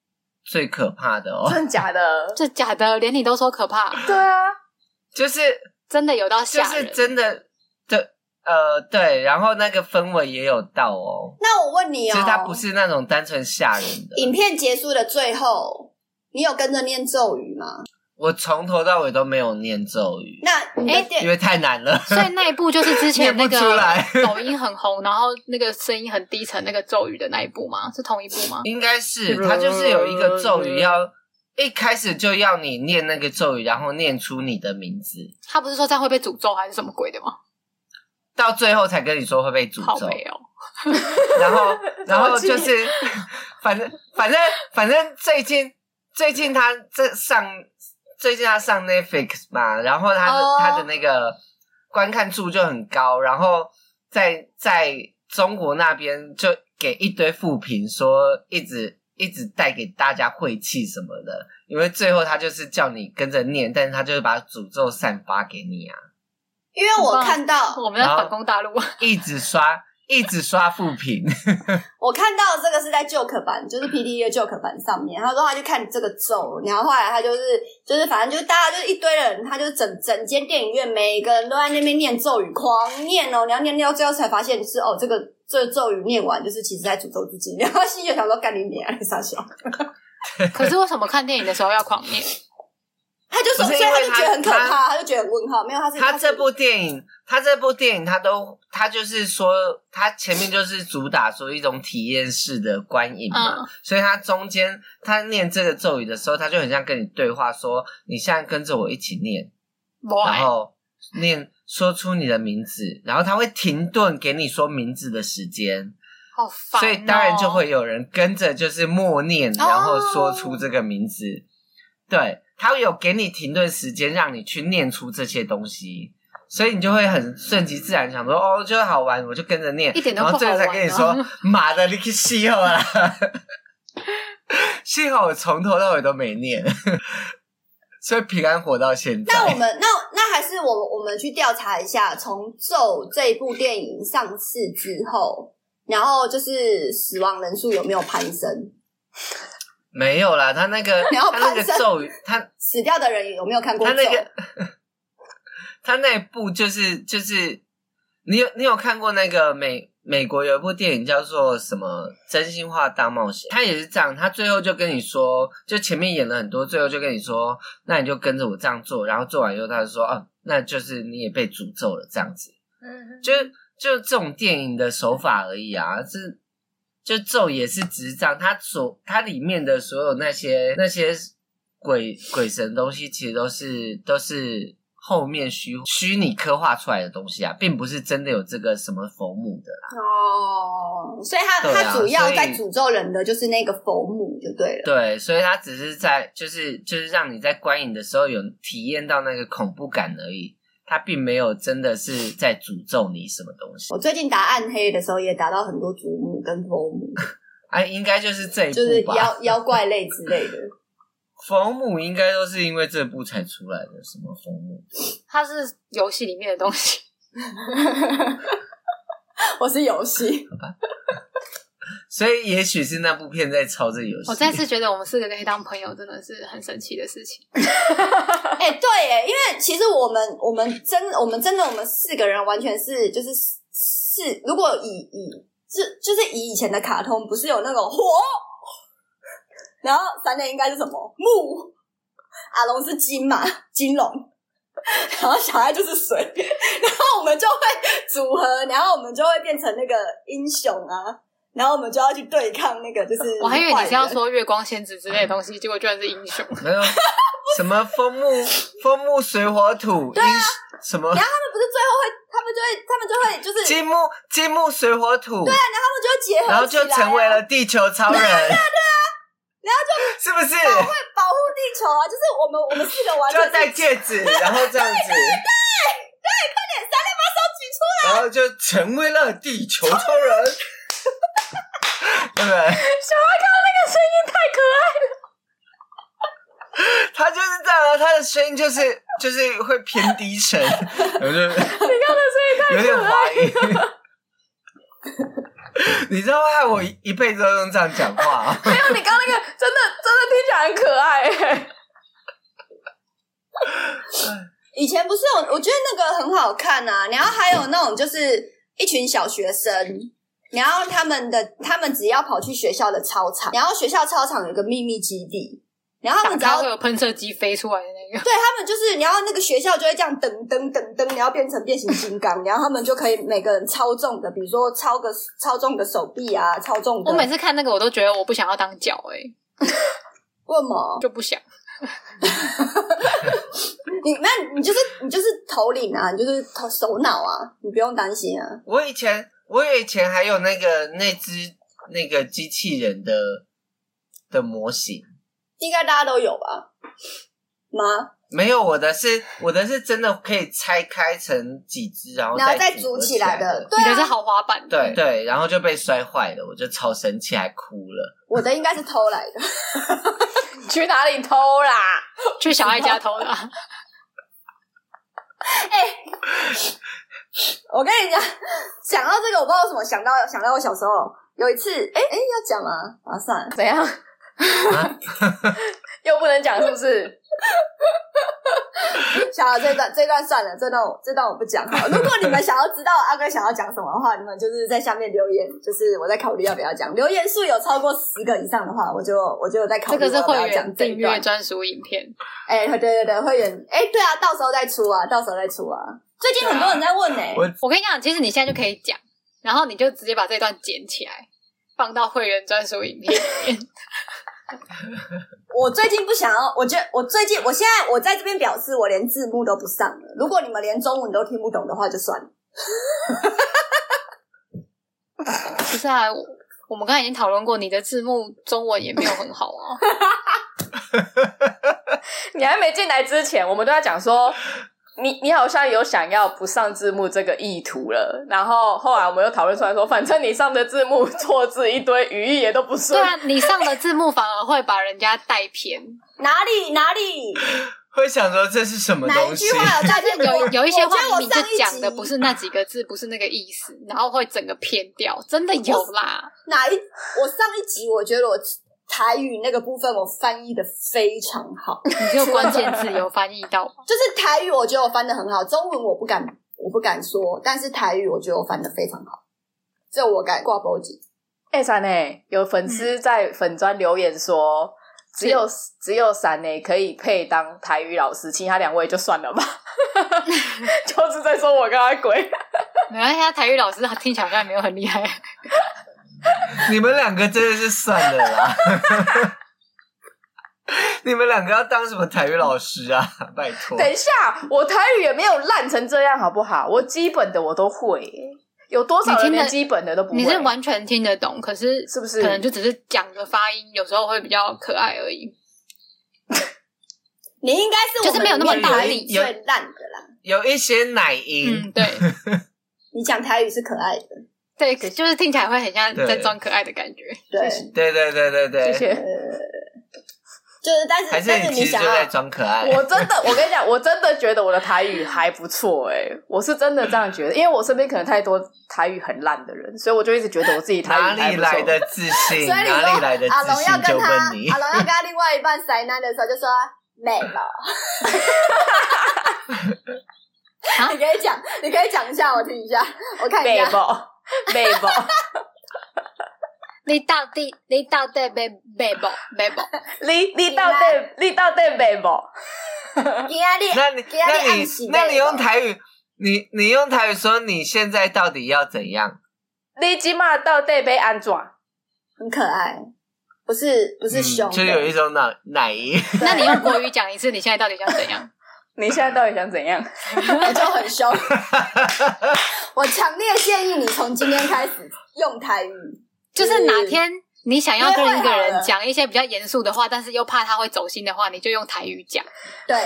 Speaker 3: 最可怕的哦，
Speaker 1: 真假的？
Speaker 6: 这假的，连你都说可怕，
Speaker 1: 对啊，
Speaker 3: 就是
Speaker 6: 真的有到
Speaker 3: 就
Speaker 6: 吓
Speaker 3: 是
Speaker 6: 人。
Speaker 3: 真的对呃对，然后那个氛围也有到哦，
Speaker 2: 那我问你
Speaker 3: 其
Speaker 2: 哦，
Speaker 3: 实它不是那种单纯吓人的。
Speaker 2: 影片结束的最后，你有跟着念咒语吗？
Speaker 3: 我从头到尾都没有念咒语，
Speaker 2: 那哎你的电、
Speaker 3: 因为太难了。
Speaker 6: 所以那一部就是之前那
Speaker 3: 念不
Speaker 6: 个
Speaker 3: 出来
Speaker 6: 抖音很红，然后那个声音很低沉，那个咒语的那一部吗？是同一部吗？
Speaker 3: 应该是它就是有一个咒语要。一开始就要你念那个咒语，然后念出你的名字，
Speaker 6: 他不是说这样会被诅咒还是什么鬼的吗？
Speaker 3: 到最后才跟你说会被诅
Speaker 6: 好啊
Speaker 3: 咒。
Speaker 6: 没有，
Speaker 3: 然后，然后
Speaker 1: 记得
Speaker 3: 就是，反正反正反正最近最近他这上最近他上 Netflix 嘛，然后他的、
Speaker 2: 哦
Speaker 3: 他的那个观看数就很高，然后在在中国那边就给一堆负评，说一直一直带给大家晦气什么的，因为最后他就是叫你跟着念，但是他就是把诅咒散发给你啊，
Speaker 2: 因为我看到，
Speaker 6: 我们在反攻大陆，
Speaker 3: 一直刷一直刷负评，
Speaker 2: 我看到这个是在 Joke 版，就是 P D E 的 Joke 版上面，他说他去看这个咒，然后后来他就是就是反正就是大家就是一堆人，他就整整间电影院每个人都在那边念咒语，狂念哦，然后念到最后才发现是哦，这个这个咒语念完就是其实在诅咒自己，然后心里就想说干你娘，你傻笑，
Speaker 6: 可是为什么看电影的时候要狂念？
Speaker 2: 他就说，
Speaker 3: 不
Speaker 2: 所
Speaker 3: 是
Speaker 2: 以他就
Speaker 3: 因为他
Speaker 2: 觉得很可
Speaker 3: 他
Speaker 2: 怕，他就觉得很问号，没有他是
Speaker 3: 他
Speaker 2: 是
Speaker 3: 这部电影，他这部电影，他都他就是说，他前面就是主打说一种体验式的观影嘛，
Speaker 6: 嗯
Speaker 3: 所以他中间他念这个咒语的时候，他就很像跟你对话说，你现在跟着我一起念，然
Speaker 6: Why？
Speaker 3: 后念说出你的名字，然后他会停顿给你说名字的时间，
Speaker 6: 好烦、哦，
Speaker 3: 所以当然就会有人跟着就是默念，
Speaker 6: 哦
Speaker 3: 然后说出这个名字，对。他有给你停顿时间，让你去念出这些东西，所以你就会很顺其自然，想说哦，就是好玩，我就跟着念，
Speaker 6: 一点都不
Speaker 3: 然后最后才跟你
Speaker 6: 好玩
Speaker 3: 说
Speaker 6: 啊，
Speaker 3: 妈的，你去戏后啊！ 幸好我从头到尾都没念， 所以平安活到现在。
Speaker 2: 那我们那那还是我我们去调查一下，从《咒》这一部电影上市之后，然后就是死亡人数有没有攀升，
Speaker 3: 没有啦，他那个
Speaker 2: 你要
Speaker 3: 他那个
Speaker 2: 攀山
Speaker 3: 咒语，他
Speaker 2: 死掉的人有没有看过
Speaker 3: 他
Speaker 2: 《咒
Speaker 3: 那》个 他那部就是就是，你有你有看过那个美美国有一部电影叫做什么《真心话大冒险》，他也是这样，他最后就跟你说，就前面演了很多，最后就跟你说，那你就跟着我这样做，然后做完以后他就说，哦，那就是你也被诅咒了这样子。就是就这种电影的手法而已啊，是就咒也是执掌它所它里面的所有那些那些鬼鬼神东西，其实都是都是后面虚虚拟刻画出来的东西啊，并不是真的有这个什么佛母的啦。
Speaker 2: 哦，所以他、
Speaker 3: 对啊
Speaker 2: 他主要在
Speaker 3: 所
Speaker 2: 诅咒人的就是那个佛母就对了。
Speaker 3: 对，所以它只是在就是就是让你在观影的时候有体验到那个恐怖感而已，它并没有真的是在诅咒你什么东西
Speaker 2: 我最近打暗黑的时候也打到很多祖母跟佛母，
Speaker 3: 啊，应该就是这一
Speaker 2: 就
Speaker 3: 部
Speaker 2: 是
Speaker 3: 吧。
Speaker 2: 妖妖怪类之类的。
Speaker 3: 佛母应该都是因为这部才出来的，什么佛母？
Speaker 6: 它是游戏里面的东西。
Speaker 2: 我是游戏，
Speaker 3: 所以也许是那部片在抄这游戏。
Speaker 6: 我再次觉得我们四个可以当朋友，真的是很神奇的事情。
Speaker 2: 哎、对，哎，因为其实我们我们真我们真的我们四个人完全是就是是，如果以以是就是以以前的卡通，不是有那种火，然后闪电应该是什么木，阿龙是金嘛金龙，然后小爱就是水， 然后我们就会组合，然后我们就会变成那个英雄啊。然后我们就要去对抗那个，就是
Speaker 6: 我还以为你是要
Speaker 2: 坏人
Speaker 6: 说月光仙子之类的东西，结果居然是英雄。
Speaker 3: 没有什么风木、风木水火土，对啊什么
Speaker 2: 然后他们不是最后会，他们就会，他们就会就是
Speaker 3: 金木金木水火土，对、
Speaker 2: 他们就会结合、啊
Speaker 3: 然后就成为了地球超人。对啊，对啊，然后就是不是
Speaker 2: 保护地球啊！就是我们我们四个完 全
Speaker 3: 就戴戒 指，然后这样子，然后就成为了地球超 人，对不
Speaker 1: 小
Speaker 3: 对？
Speaker 1: 爱看到那个声音太可爱了，
Speaker 3: 他就是这样啊，他的声音就是就是会偏低 沉，我就
Speaker 1: 你看他声
Speaker 3: 有
Speaker 1: 音太
Speaker 3: 点
Speaker 1: 可爱
Speaker 3: 怀疑。 你知道害我一辈子都用这样讲话、啊，
Speaker 1: 没有，你刚刚那个真的真的听起来很可爱、欸。
Speaker 2: 以前不是有，我觉得那个很好看啊。然后还有那种就是一群小学生，然后他们的他们只要跑去学校的操场，然后学校操场有一个秘密基地，然后他
Speaker 6: 打
Speaker 2: 们只要
Speaker 6: 开会有喷射机飞出来的那个，
Speaker 2: 对他们就是，然后那个学校就会这样噔噔噔噔，然后变成变形金刚，然后他们就可以每个人操纵的，比如说操个操纵的手臂啊，操纵的。
Speaker 6: 我每次看那个我都觉得我不想要当脚哎、
Speaker 2: 为什么？
Speaker 6: 就不想。
Speaker 2: 你那你就是你就是头领啊，你就是头首脑啊，你不用担心啊。
Speaker 3: 我以前我以前还有那个那只那个机器人的的模型，
Speaker 2: 应该大家都有吧？吗？
Speaker 3: 没有我的是我的是真的可以拆开成几只，然后
Speaker 2: 然后再
Speaker 3: 组
Speaker 2: 组
Speaker 3: 合
Speaker 2: 起
Speaker 3: 起
Speaker 2: 来的
Speaker 3: 的，，
Speaker 2: 对
Speaker 6: 你的是
Speaker 2: 啊，
Speaker 6: 豪华版的，
Speaker 3: 对对，然后就被摔坏了，我就超生气，还哭了。
Speaker 2: 我的应该是偷来的。
Speaker 1: 你去哪里偷啦？
Speaker 6: 去小爱家偷的啊、
Speaker 2: 哎、我跟你讲，讲到这个，我不知道为什么想到想到我小时候有一次，哎、哎、要讲吗？啊，算了，
Speaker 1: 怎样？ 又不能讲是不是？
Speaker 2: 想了这段这段算了，这段我这段我不讲好。如果你们想要知道阿哥想要讲什么的话，你们就是在下面留言，就是我在考虑要不要讲。留言数有超过十个以上的话，我就我就有在考
Speaker 6: 这
Speaker 2: 虑
Speaker 6: 个是
Speaker 2: 要不
Speaker 6: 会
Speaker 2: 要
Speaker 6: 员
Speaker 2: 讲这
Speaker 6: 订
Speaker 2: 一
Speaker 6: 阅
Speaker 2: 段。
Speaker 6: 专属影片，
Speaker 2: 哎、对对对，会员哎、对啊，到时候再出啊，到时候再出啊。最近很多人在问呢、
Speaker 3: 我
Speaker 6: 我跟你讲，其实你现在就可以讲，然后你就直接把这段剪起来，放到会员专属影片里面。
Speaker 2: 我最近不想要，我觉得我最近，我现在我在这边表示，我连字幕都不上了。如果你们连中文都听不懂的话，就算了。
Speaker 6: 不是啊，我我们刚才已经讨论过，你的字幕中文也没有很好啊。
Speaker 1: 你还没进来之前，我们都在讲说，你你好像有想要不上字幕这个意图了。然后后来我们又讨论出来说，反正你上的字幕错字一堆，语义也都不
Speaker 6: 对
Speaker 1: 顺。
Speaker 6: 啊，你上的字幕反而会把人家带偏。
Speaker 2: 哪里哪里
Speaker 3: 会想说这是什么
Speaker 2: 哪
Speaker 3: 东
Speaker 2: 一
Speaker 3: 西
Speaker 2: 句？话有大家
Speaker 6: 有 有一些话明
Speaker 2: 我
Speaker 6: 明
Speaker 2: 觉得我上
Speaker 6: 就
Speaker 2: 一
Speaker 6: 讲的
Speaker 2: 集
Speaker 6: 不是那几个字，不是那个意思，然后会整个偏掉，真的有啦。
Speaker 2: 哪一？我上一集我觉得我台语那个部分我翻译的非常好，
Speaker 6: 你只有关键字有翻译到吗？
Speaker 2: 就是台语我觉得我翻的很好，中文我不敢我不敢说，但是台语我觉得我翻的非常好，这我敢挂脖子。
Speaker 1: 哎，闪呢？有
Speaker 6: 嗯
Speaker 1: 粉丝在粉砖留言说，只有只有闪呢可以配当台语老师，其他两位就算了吧。 就是在说我跟阿鬼，
Speaker 6: 没关系，他台语老师听起来好像也没有很厉害。
Speaker 3: 你们两个真的是算了啦！ 你们两个要当什么台语老师啊？ 拜托！
Speaker 1: 等一下，我台语也没有烂成这样，好不好？我基本的我都会耶，有多少
Speaker 6: 你
Speaker 1: 人
Speaker 6: 听得
Speaker 1: 连基本的都不会？
Speaker 6: 你是完全听得懂，可是
Speaker 1: 是不是
Speaker 6: 可能就只是讲的发音有时候会比较可爱而已。
Speaker 2: 你应该是我
Speaker 6: 就是没有那么
Speaker 2: 们
Speaker 6: 大
Speaker 2: 台
Speaker 6: 力
Speaker 2: 语最烂的啦。
Speaker 3: 有一些奶音，
Speaker 6: 嗯， 对
Speaker 2: 你讲台语是可爱的，
Speaker 6: 对，就是听起来会很像
Speaker 3: 对
Speaker 6: 在装可爱的感觉。
Speaker 2: 对。
Speaker 1: 谢谢
Speaker 3: 对对对对对，
Speaker 1: 谢谢。
Speaker 2: 就是，但是
Speaker 3: 还是
Speaker 2: 但是
Speaker 3: 你其
Speaker 2: 你
Speaker 3: 实
Speaker 2: 想
Speaker 3: 就
Speaker 2: 要
Speaker 3: 在，装可爱？
Speaker 1: 我真的，我跟你讲，我真的觉得我的台语还不错哎、我是真的这样觉得，因为我身边可能太多台语很烂的人，所以我就一直觉得我自己台语
Speaker 3: 哪
Speaker 1: 还
Speaker 3: 里
Speaker 1: 不错
Speaker 3: 来的自信？
Speaker 2: 所以你说
Speaker 3: 哪里来的
Speaker 2: 阿
Speaker 3: 自
Speaker 2: 龙要
Speaker 3: 信？就
Speaker 2: 跟他
Speaker 3: 问你，
Speaker 2: 阿龙要跟他另外一半塞奶的时候，就 说美了。
Speaker 6: 啊
Speaker 2: 你可以讲，你可以讲一下，我听一下，我看一
Speaker 1: 背
Speaker 2: 下。
Speaker 1: 包背包，
Speaker 6: 你到底你到底被被不被不？
Speaker 1: 你你到底你到底背包，
Speaker 2: 今天你
Speaker 3: 那你
Speaker 2: 今天
Speaker 3: 那
Speaker 2: 暗
Speaker 3: 你
Speaker 2: 喜
Speaker 3: 那你用
Speaker 2: 美
Speaker 3: 台语，你你用台语说你现在到底要怎样？
Speaker 1: 你起码到底被安怎？
Speaker 2: 很可爱，不是不是凶
Speaker 3: 嗯，
Speaker 2: 的，
Speaker 3: 就有一种奶奶音。
Speaker 6: 那你用国语讲一次，你现在到底想怎 样？
Speaker 1: 你现在到底想怎样？
Speaker 2: 我就很 凶。我强烈建议你从今天开始用台语，
Speaker 6: 就是哪天你想要跟一个
Speaker 2: 约会好
Speaker 6: 人
Speaker 2: 了
Speaker 6: 讲一些比较严肃的话，但是又怕他会走心的话，你就用台语讲，
Speaker 2: 对，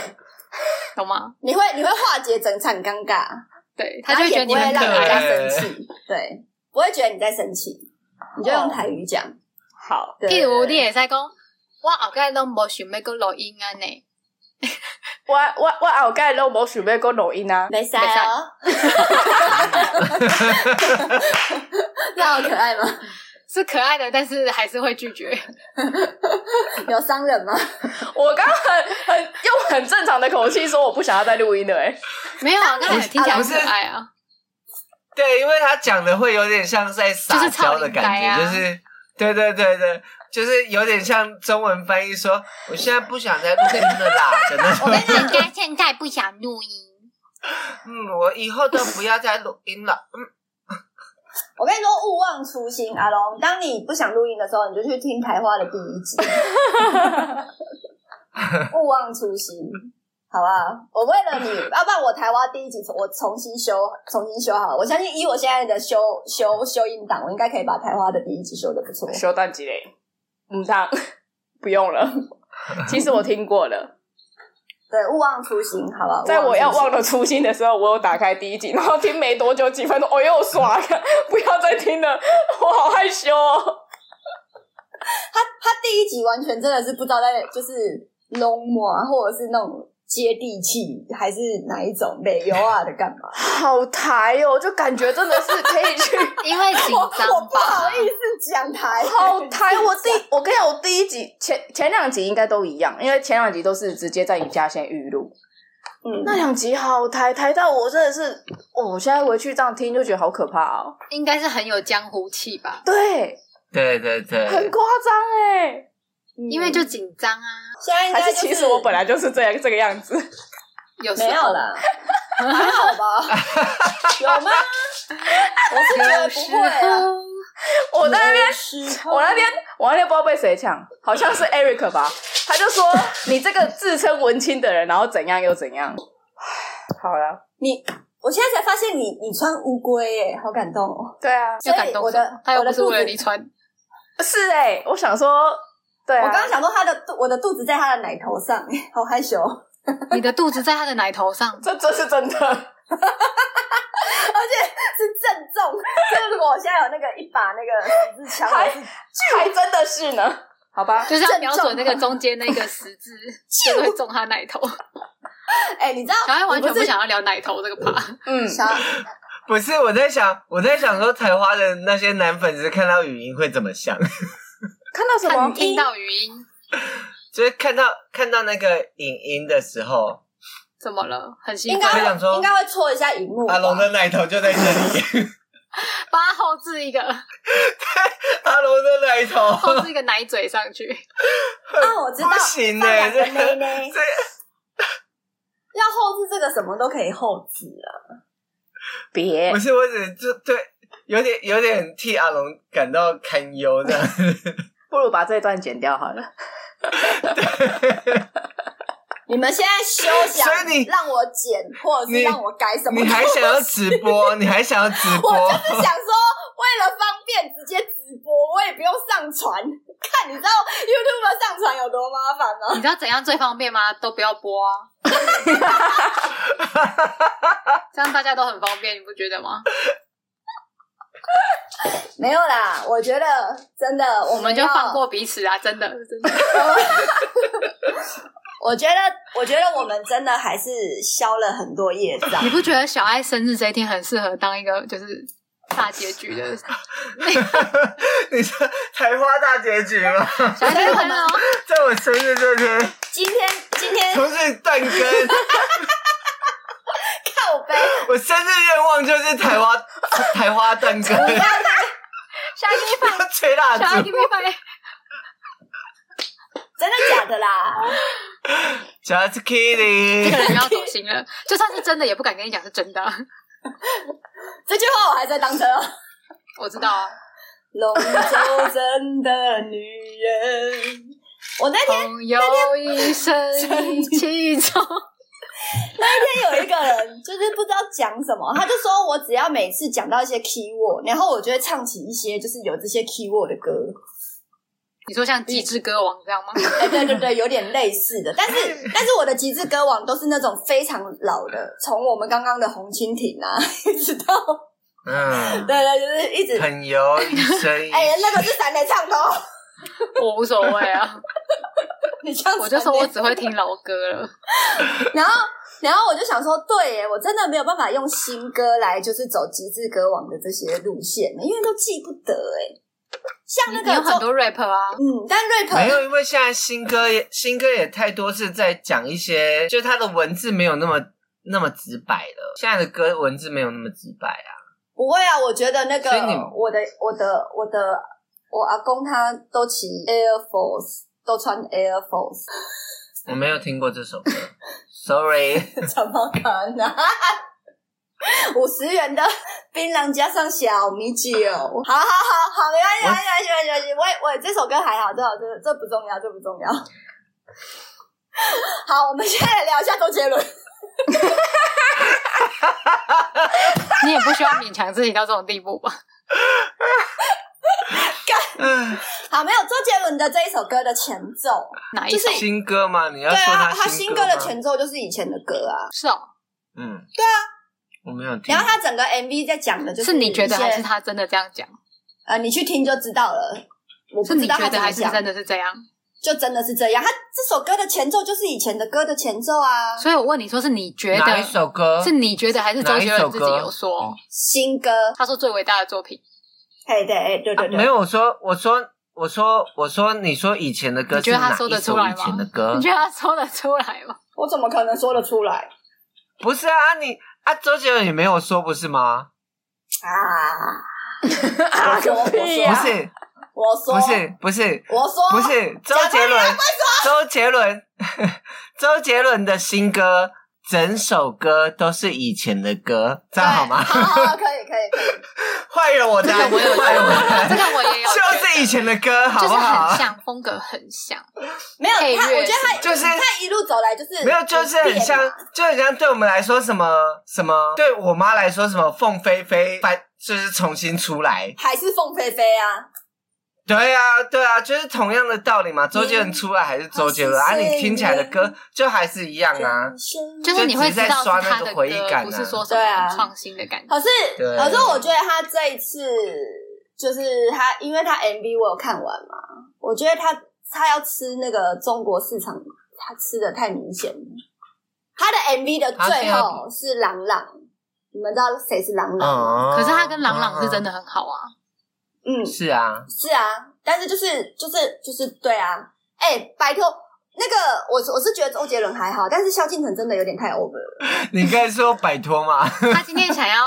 Speaker 6: 懂吗？
Speaker 2: 你会你会化解整场尴尬。
Speaker 6: 对，他
Speaker 2: 然
Speaker 6: 就
Speaker 2: 后
Speaker 6: 会觉
Speaker 2: 也不
Speaker 6: 得你
Speaker 2: 会
Speaker 6: 很
Speaker 2: 让
Speaker 6: 可
Speaker 2: 人
Speaker 6: 爱。
Speaker 2: 家
Speaker 3: 爱
Speaker 2: 生气，对，不会觉得你在生气，你就用台语讲。
Speaker 1: 好，
Speaker 2: 对
Speaker 6: 哦譬如你也在讲，我后盖都无想要个录音啊呢，
Speaker 1: 我我我后盖都无想要讲录音啊，
Speaker 2: 没塞 哦，这样好可爱吗？
Speaker 6: 是可爱的，但是还是会拒绝。
Speaker 2: 有伤人吗？
Speaker 1: 我刚刚很很用很正常的口气说我不想要再录音了哎、
Speaker 6: 没有 啊，刚才听起来
Speaker 3: 不
Speaker 6: 很
Speaker 3: 是
Speaker 6: 可爱啊，
Speaker 3: 对，因为他讲的会有点像在撒娇的感觉，
Speaker 6: 就
Speaker 3: 就是
Speaker 6: 超
Speaker 3: 是对对对对，就是有点像中文翻译说“我现在不想再录音了啦”的那种。
Speaker 6: 人家现在不想录音，
Speaker 3: 嗯，我以后都不要再录音了。
Speaker 2: 我跟你说，勿忘初心，阿龙。当你不想录音的时候，你就去听台花的第一 集。勿忘初心，好吧？我为了你，要不然我台花第一集我重新修，重新修好了。我相信以我现在的修修修音档，我应该可以把台花的第一集修的不错。
Speaker 1: 修蛋几嘞？唔当， 不用 了。其实我听过 了，
Speaker 2: 对，勿忘初心，好吧？
Speaker 1: 在我要忘
Speaker 2: 了，
Speaker 1: 了初心的时候，我有打开第一集，然后听没多久几分钟，我、哦又刷了，不要再听了，我好害羞哦。
Speaker 2: 他第一集完全真的是不知道在就是龙魔啊，或者是那种接地气，还是哪一种美优啊的干嘛？
Speaker 1: 好台哦，就感觉真的是可以去
Speaker 6: 因为紧
Speaker 2: 我我
Speaker 6: 张
Speaker 2: 不好
Speaker 6: 吧。
Speaker 2: 意思讲台，
Speaker 1: 好台。我第我跟你讲，我第一集前前两集应该都一样，因为前两集都是直接在你家先预录，
Speaker 2: 嗯，
Speaker 1: 那两集好台台到我真的是，哦我现在回去这样听就觉得好可怕哦，
Speaker 6: 应该是很有江湖气吧，
Speaker 1: 对，
Speaker 3: 对对
Speaker 1: 很
Speaker 3: 对，
Speaker 1: 夸张哎。
Speaker 6: 因为就紧张啊，
Speaker 2: 现在应
Speaker 1: 还
Speaker 2: 该
Speaker 1: 是
Speaker 2: 就是
Speaker 1: 其实我本来就是这样这个样子，
Speaker 6: 有时
Speaker 2: 没有
Speaker 6: 候
Speaker 2: 啦，还 好吧？有吗？我是觉得
Speaker 6: 有
Speaker 2: 不
Speaker 6: 时
Speaker 2: 会啊。
Speaker 6: 候
Speaker 1: 我在那边
Speaker 2: 有时候
Speaker 1: 我那天我那天不知道被谁抢，好像 是 Eric 吧，他就 说你这个自称文青的人，然后怎样又怎样。唉好了，
Speaker 2: 你，我现在才发现你你穿乌龟耶，好感动哦！
Speaker 1: 对啊，
Speaker 6: 就感动
Speaker 2: 所以我的
Speaker 6: 什么他又不是
Speaker 2: 我的肚子
Speaker 6: 为了你穿，
Speaker 1: 是哎、我想说，对
Speaker 2: 我
Speaker 1: 啊，
Speaker 2: 刚刚想说他的肚我的肚子在他的奶头上， 好害羞。哦而
Speaker 6: 你的肚子在他的奶头上，
Speaker 1: 这这是真的，
Speaker 2: 且是正中，就是如果我现在有那个一把那个十字枪，
Speaker 1: 还
Speaker 2: 我是
Speaker 1: 还真的是呢，好吧，
Speaker 6: 就是要
Speaker 2: 正
Speaker 6: 瞄
Speaker 2: 中
Speaker 6: 准那个中间那个十字， 就会中他奶头。
Speaker 2: 哎、你知道
Speaker 6: 小爱完全
Speaker 2: 你
Speaker 6: 不
Speaker 2: 是
Speaker 6: 想要聊奶头这个趴，
Speaker 1: 嗯，
Speaker 2: 小
Speaker 3: 不是我在想，我在想说台花的那些男粉丝看到语音会怎么想，
Speaker 1: 看到什
Speaker 6: 看
Speaker 1: 么
Speaker 6: 你听到语音
Speaker 3: 就是看到看到那个影音的时候，
Speaker 6: 怎么了？很兴
Speaker 2: 应该
Speaker 6: 奋，
Speaker 3: 我想说
Speaker 2: 会应该会戳一下荧幕吧。
Speaker 3: 阿龙的奶头就在这里，
Speaker 6: 把后置一个
Speaker 3: 阿龙的奶头，
Speaker 6: 后置一个奶嘴上去，
Speaker 2: 啊，我知道，
Speaker 3: 不行呢欸
Speaker 2: 放两个
Speaker 3: 这
Speaker 2: 妹妹
Speaker 3: 这
Speaker 2: 要后置这个什么都可以后置啊。哎
Speaker 1: 别
Speaker 3: 不是我只就对，有点有点替阿龙感到堪忧这样。
Speaker 1: 不如把这段剪掉好 了。
Speaker 2: 你们现在休
Speaker 3: 所
Speaker 2: 想
Speaker 3: 以你
Speaker 2: 让我剪，或 者是
Speaker 3: 你
Speaker 2: 让我改什么？
Speaker 3: 你还想要直 播？你还想要直播
Speaker 2: 我？就是想说，为了方便直接直播，我也不用上传。 看，你知道 YouTube 上传有多麻烦吗？
Speaker 6: 你知道怎样最方便吗？都不要播 啊，这样大家都很方便，你不觉得吗？
Speaker 2: 没有啦，我觉得真的，我
Speaker 6: 我们就
Speaker 2: 要
Speaker 6: 放。过彼此啊，真的，真的。
Speaker 2: 我觉得，我觉得我们真的还是消了很多业障
Speaker 6: 你。不觉得小爱生日这一天很适合当一个就是大 结局的？
Speaker 3: 你说台花大结局吗？
Speaker 6: 小爱生日快乐哦！
Speaker 3: 在我生日这天，
Speaker 2: 今天，今天
Speaker 3: 从此 断根。
Speaker 2: 靠背，
Speaker 3: 我生日愿望就是台花台花断 根，
Speaker 6: 小爱给你
Speaker 3: 吹蜡
Speaker 6: 摆，小爱给
Speaker 3: 烛
Speaker 6: 你。摆。
Speaker 2: 真的假的啦？
Speaker 3: Just
Speaker 6: 这个
Speaker 3: kidding。
Speaker 6: 人要走心了，就算是真的，也不敢跟你讲是真 的。啊
Speaker 2: 这句话我还在当真哦。
Speaker 6: 我知道啊，
Speaker 2: 龙舟镇的女人，我那天
Speaker 6: 朋友一生一起走。
Speaker 2: 那天有一个人，就是不知道讲什么，他就说我只要每次讲到一些 key word，然后我就会唱起一些就是有这些 key word 的歌。
Speaker 6: 你说像《机智歌王》这样吗？
Speaker 2: 哎、对对对，有点类似的，但是 但是我的极致歌王都是那种非常老的，从我们刚刚的红蜻蜓啊， 一直到
Speaker 3: 嗯，
Speaker 2: 对对，就是一直。
Speaker 3: 很油一生一
Speaker 2: 哎、那个是闪雷唱的哦，
Speaker 6: 我无所 谓啊，
Speaker 2: 你这样
Speaker 6: 我就说我
Speaker 2: 闪雷
Speaker 6: 只会听老歌了。
Speaker 2: 然后，然后我就想说，对耶，我真的没有办法用新歌来就是走极致歌王的这些路线，因为都记不得哎。像那
Speaker 6: 你有
Speaker 2: 个
Speaker 6: 很
Speaker 2: 周，
Speaker 6: 多 rap 啊，
Speaker 2: 嗯，但 rap
Speaker 3: 没有，因为现在新歌也新歌也太多是在讲一些，就它的文字没有那么那么直白了。现在的歌文字没有那么直白 啊。
Speaker 2: 不会啊，我觉得那个
Speaker 3: 所以你
Speaker 2: 我的我的我的我阿公他都骑 Air Force，都穿 Air Force，
Speaker 3: 我没有听过这首歌 ，sorry。
Speaker 2: 怎么可能？ 五十元的槟榔加上小米酒，好好好好，没关系，没关系，没关系没关系，我也我也这首歌还好，这首这这不重要，这不重要。 好，我们现在来聊一下周杰伦。
Speaker 6: 你也不需要勉强自己到这种地步吧？
Speaker 2: 好，没有周杰伦的这一首歌的前奏，
Speaker 6: 哪一首？
Speaker 3: 新歌吗？你要
Speaker 2: 对
Speaker 3: 说
Speaker 2: 啊，他
Speaker 3: 新
Speaker 2: 新
Speaker 3: 歌
Speaker 2: 歌
Speaker 3: 吗
Speaker 2: 的前奏就是以前的歌啊。
Speaker 6: 是哦，
Speaker 3: 嗯，
Speaker 2: 对啊，
Speaker 3: 我没有听。
Speaker 2: 然后他整个 MV 在讲的就是
Speaker 6: 是你觉得
Speaker 2: 一些
Speaker 6: 还是他真的这样讲？
Speaker 2: 呃，你去听就知道了。我不
Speaker 6: 是你
Speaker 2: 知道
Speaker 6: 觉
Speaker 2: 他
Speaker 6: 得
Speaker 2: 怎
Speaker 6: 还
Speaker 2: 么
Speaker 6: 是
Speaker 2: 讲，
Speaker 6: 真的是这样？
Speaker 2: 就真的是这样。他这首歌的前奏就是以前的歌的前奏啊，
Speaker 6: 所以我问你说，是你觉
Speaker 3: 哪一
Speaker 6: 得
Speaker 3: 首歌？
Speaker 6: 是你觉得还是周杰
Speaker 3: 哪一首歌哦
Speaker 6: 伦自己有说？
Speaker 2: 新歌。
Speaker 6: 他说最伟大的作品，
Speaker 2: 嘿，对，对
Speaker 3: 啊
Speaker 2: 对对，
Speaker 3: 没有，我说，我说，我说，我说，你说以前的歌
Speaker 6: 你
Speaker 3: 是
Speaker 6: 觉得他
Speaker 3: 哪
Speaker 6: 说
Speaker 3: 一
Speaker 6: 得出
Speaker 3: 首
Speaker 6: 来
Speaker 3: 以
Speaker 6: 吗
Speaker 3: 前的歌
Speaker 6: 你？觉得他说得出来 吗？
Speaker 2: 我怎么可能说得出来
Speaker 3: 不是啊，你啊，周杰伦也没有说，不是吗？
Speaker 2: 啊？
Speaker 1: 啊
Speaker 2: 我
Speaker 1: 个屁
Speaker 3: 不
Speaker 1: 呀
Speaker 2: 我说，我说，
Speaker 3: 是，不是，不是，
Speaker 2: 我
Speaker 6: 哦
Speaker 2: 说，
Speaker 3: 不是，周杰伦，周杰伦， 周杰伦的新歌，整首歌都是以前的歌，这样好吗？
Speaker 2: 好好哦好，可以可以可以，
Speaker 3: 坏了我的案，
Speaker 6: 我有
Speaker 3: 坏哎了我的案
Speaker 6: 这个我也有觉得，
Speaker 3: 就是以前的歌，好
Speaker 6: 就
Speaker 3: 不
Speaker 6: 是
Speaker 3: 好
Speaker 6: 很？像，风格很像。
Speaker 2: 没有
Speaker 6: 配
Speaker 2: 他，
Speaker 6: 乐
Speaker 2: 我觉得他
Speaker 3: 就是
Speaker 2: 他一路走来就是
Speaker 3: 没有，就是很像
Speaker 2: 不变嘛，
Speaker 3: 就很像对我们来说什么什么，对我妈来说什么凤飞飞翻，就是重新出来。
Speaker 2: 还是凤飞飞啊？
Speaker 3: 对啊，对啊，就是同样的道理嘛。周杰伦出来还是周杰伦啊，
Speaker 2: 嗯
Speaker 3: 你听起来的歌就还是一样啊。
Speaker 2: 就
Speaker 6: 就是你会知道
Speaker 3: 就只是在刷
Speaker 6: 是
Speaker 3: 那
Speaker 6: 他
Speaker 3: 个
Speaker 6: 的
Speaker 3: 回忆
Speaker 6: 歌，
Speaker 3: 感啊
Speaker 6: 不是说什么
Speaker 2: 对啊
Speaker 6: 很创新的感觉。
Speaker 2: 可是，
Speaker 3: 对
Speaker 2: 可是我觉得他这一次就是他，因为他 MV 我有看完嘛，我觉得他他要吃那个中国市场，他吃的太明显了。他的 MV 的最后是朗朗，你们知道谁是朗朗吗？
Speaker 3: 嗯，
Speaker 6: 可是他跟朗朗是真
Speaker 3: 的，
Speaker 6: 的很好啊，
Speaker 2: 嗯，
Speaker 3: 是啊，
Speaker 2: 是啊，但是就是就是就是对啊，哎、拜托。那个，我是我是觉得周杰伦还好，但是萧敬腾真的有点太 over 了。
Speaker 3: 你应该说摆脱嘛。
Speaker 6: 他今天想要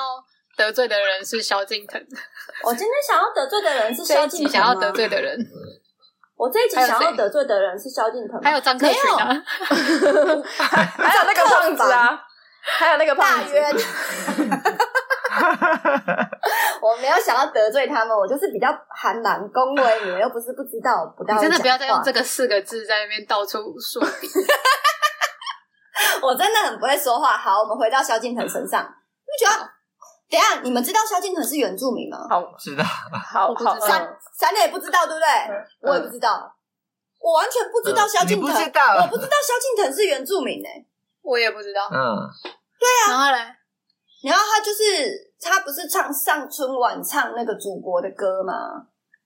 Speaker 6: 得罪的人是萧敬腾，
Speaker 2: 我今天想要得罪的人是
Speaker 6: 这
Speaker 2: 萧
Speaker 6: 一
Speaker 2: 敬
Speaker 6: 集
Speaker 2: 腾，
Speaker 6: 想要得，罪的人
Speaker 2: 我这一集想
Speaker 6: 还有
Speaker 2: 要
Speaker 6: 谁
Speaker 2: 得罪的人是萧敬腾吗，
Speaker 6: 还有张克群啊，
Speaker 1: 还有那个胖子啊，还有那个
Speaker 2: 大
Speaker 1: 胖子，
Speaker 2: 冤。我没有想要得罪他们，我就是比较还蛮恭维你们，又不是不知道，不到
Speaker 6: 你真的不要再用这
Speaker 2: 个，
Speaker 6: 个四个字在那边到处说。
Speaker 2: 我真的很不会说话。好，我们回到萧敬腾身上，你们觉得？等一下，你们知道萧敬腾是原住民吗？
Speaker 1: 好
Speaker 3: 知道，
Speaker 1: 好
Speaker 6: 我不
Speaker 1: 好，
Speaker 6: 知道
Speaker 1: 嗯
Speaker 2: 闪磊不知道，对不对？我也不知道，我完全嗯不知道萧敬腾，
Speaker 3: 嗯你不知道
Speaker 2: 我不知道萧敬腾是原住民呢、欸
Speaker 6: 我也不知道。
Speaker 3: 嗯，
Speaker 2: 啊
Speaker 6: 然后嘞，
Speaker 2: 然后他就是他不是唱上春晚唱那个祖国的歌吗？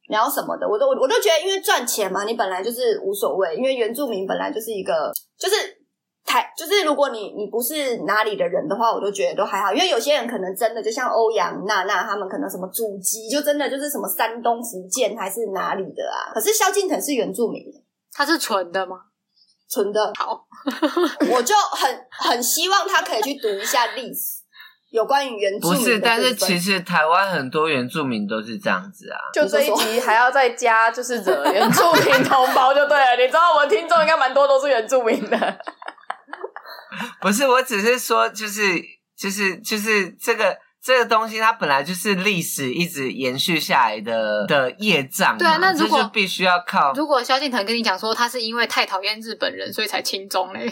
Speaker 2: 然后什么的，我都我都觉得，因为赚钱嘛，你本来就是无所谓，因为原住民本来就是一个，就是台，就是如果你你不是哪里的人的话，我都觉得都还好，因为有些人可能真的就像欧阳娜娜他们，可能什么祖籍就真的就是什么山东、福建还是哪里的啊。可是萧敬腾是原住民，
Speaker 6: 他是纯的吗？
Speaker 2: 纯的，
Speaker 6: 好，
Speaker 2: 我就很很希望他可以去读一下历史， 有关于原住
Speaker 3: 不
Speaker 2: 民的
Speaker 3: 是，但是
Speaker 2: 部分
Speaker 3: 其实台湾很多原住民都是这样子啊。
Speaker 1: 就这一集还要再加，就是惹原住民同胞就对 了。你知道我们听众应该蛮多都是原住民的，
Speaker 3: 不是，我只是说、就是，就是就是这个这个东西，它本来就是历史一直延续下来的的业障嘛。
Speaker 6: 对啊那如果
Speaker 3: 这就必须要靠
Speaker 6: 如果萧敬腾跟你讲说他是因为太讨厌日本人，所以才亲中 嘞，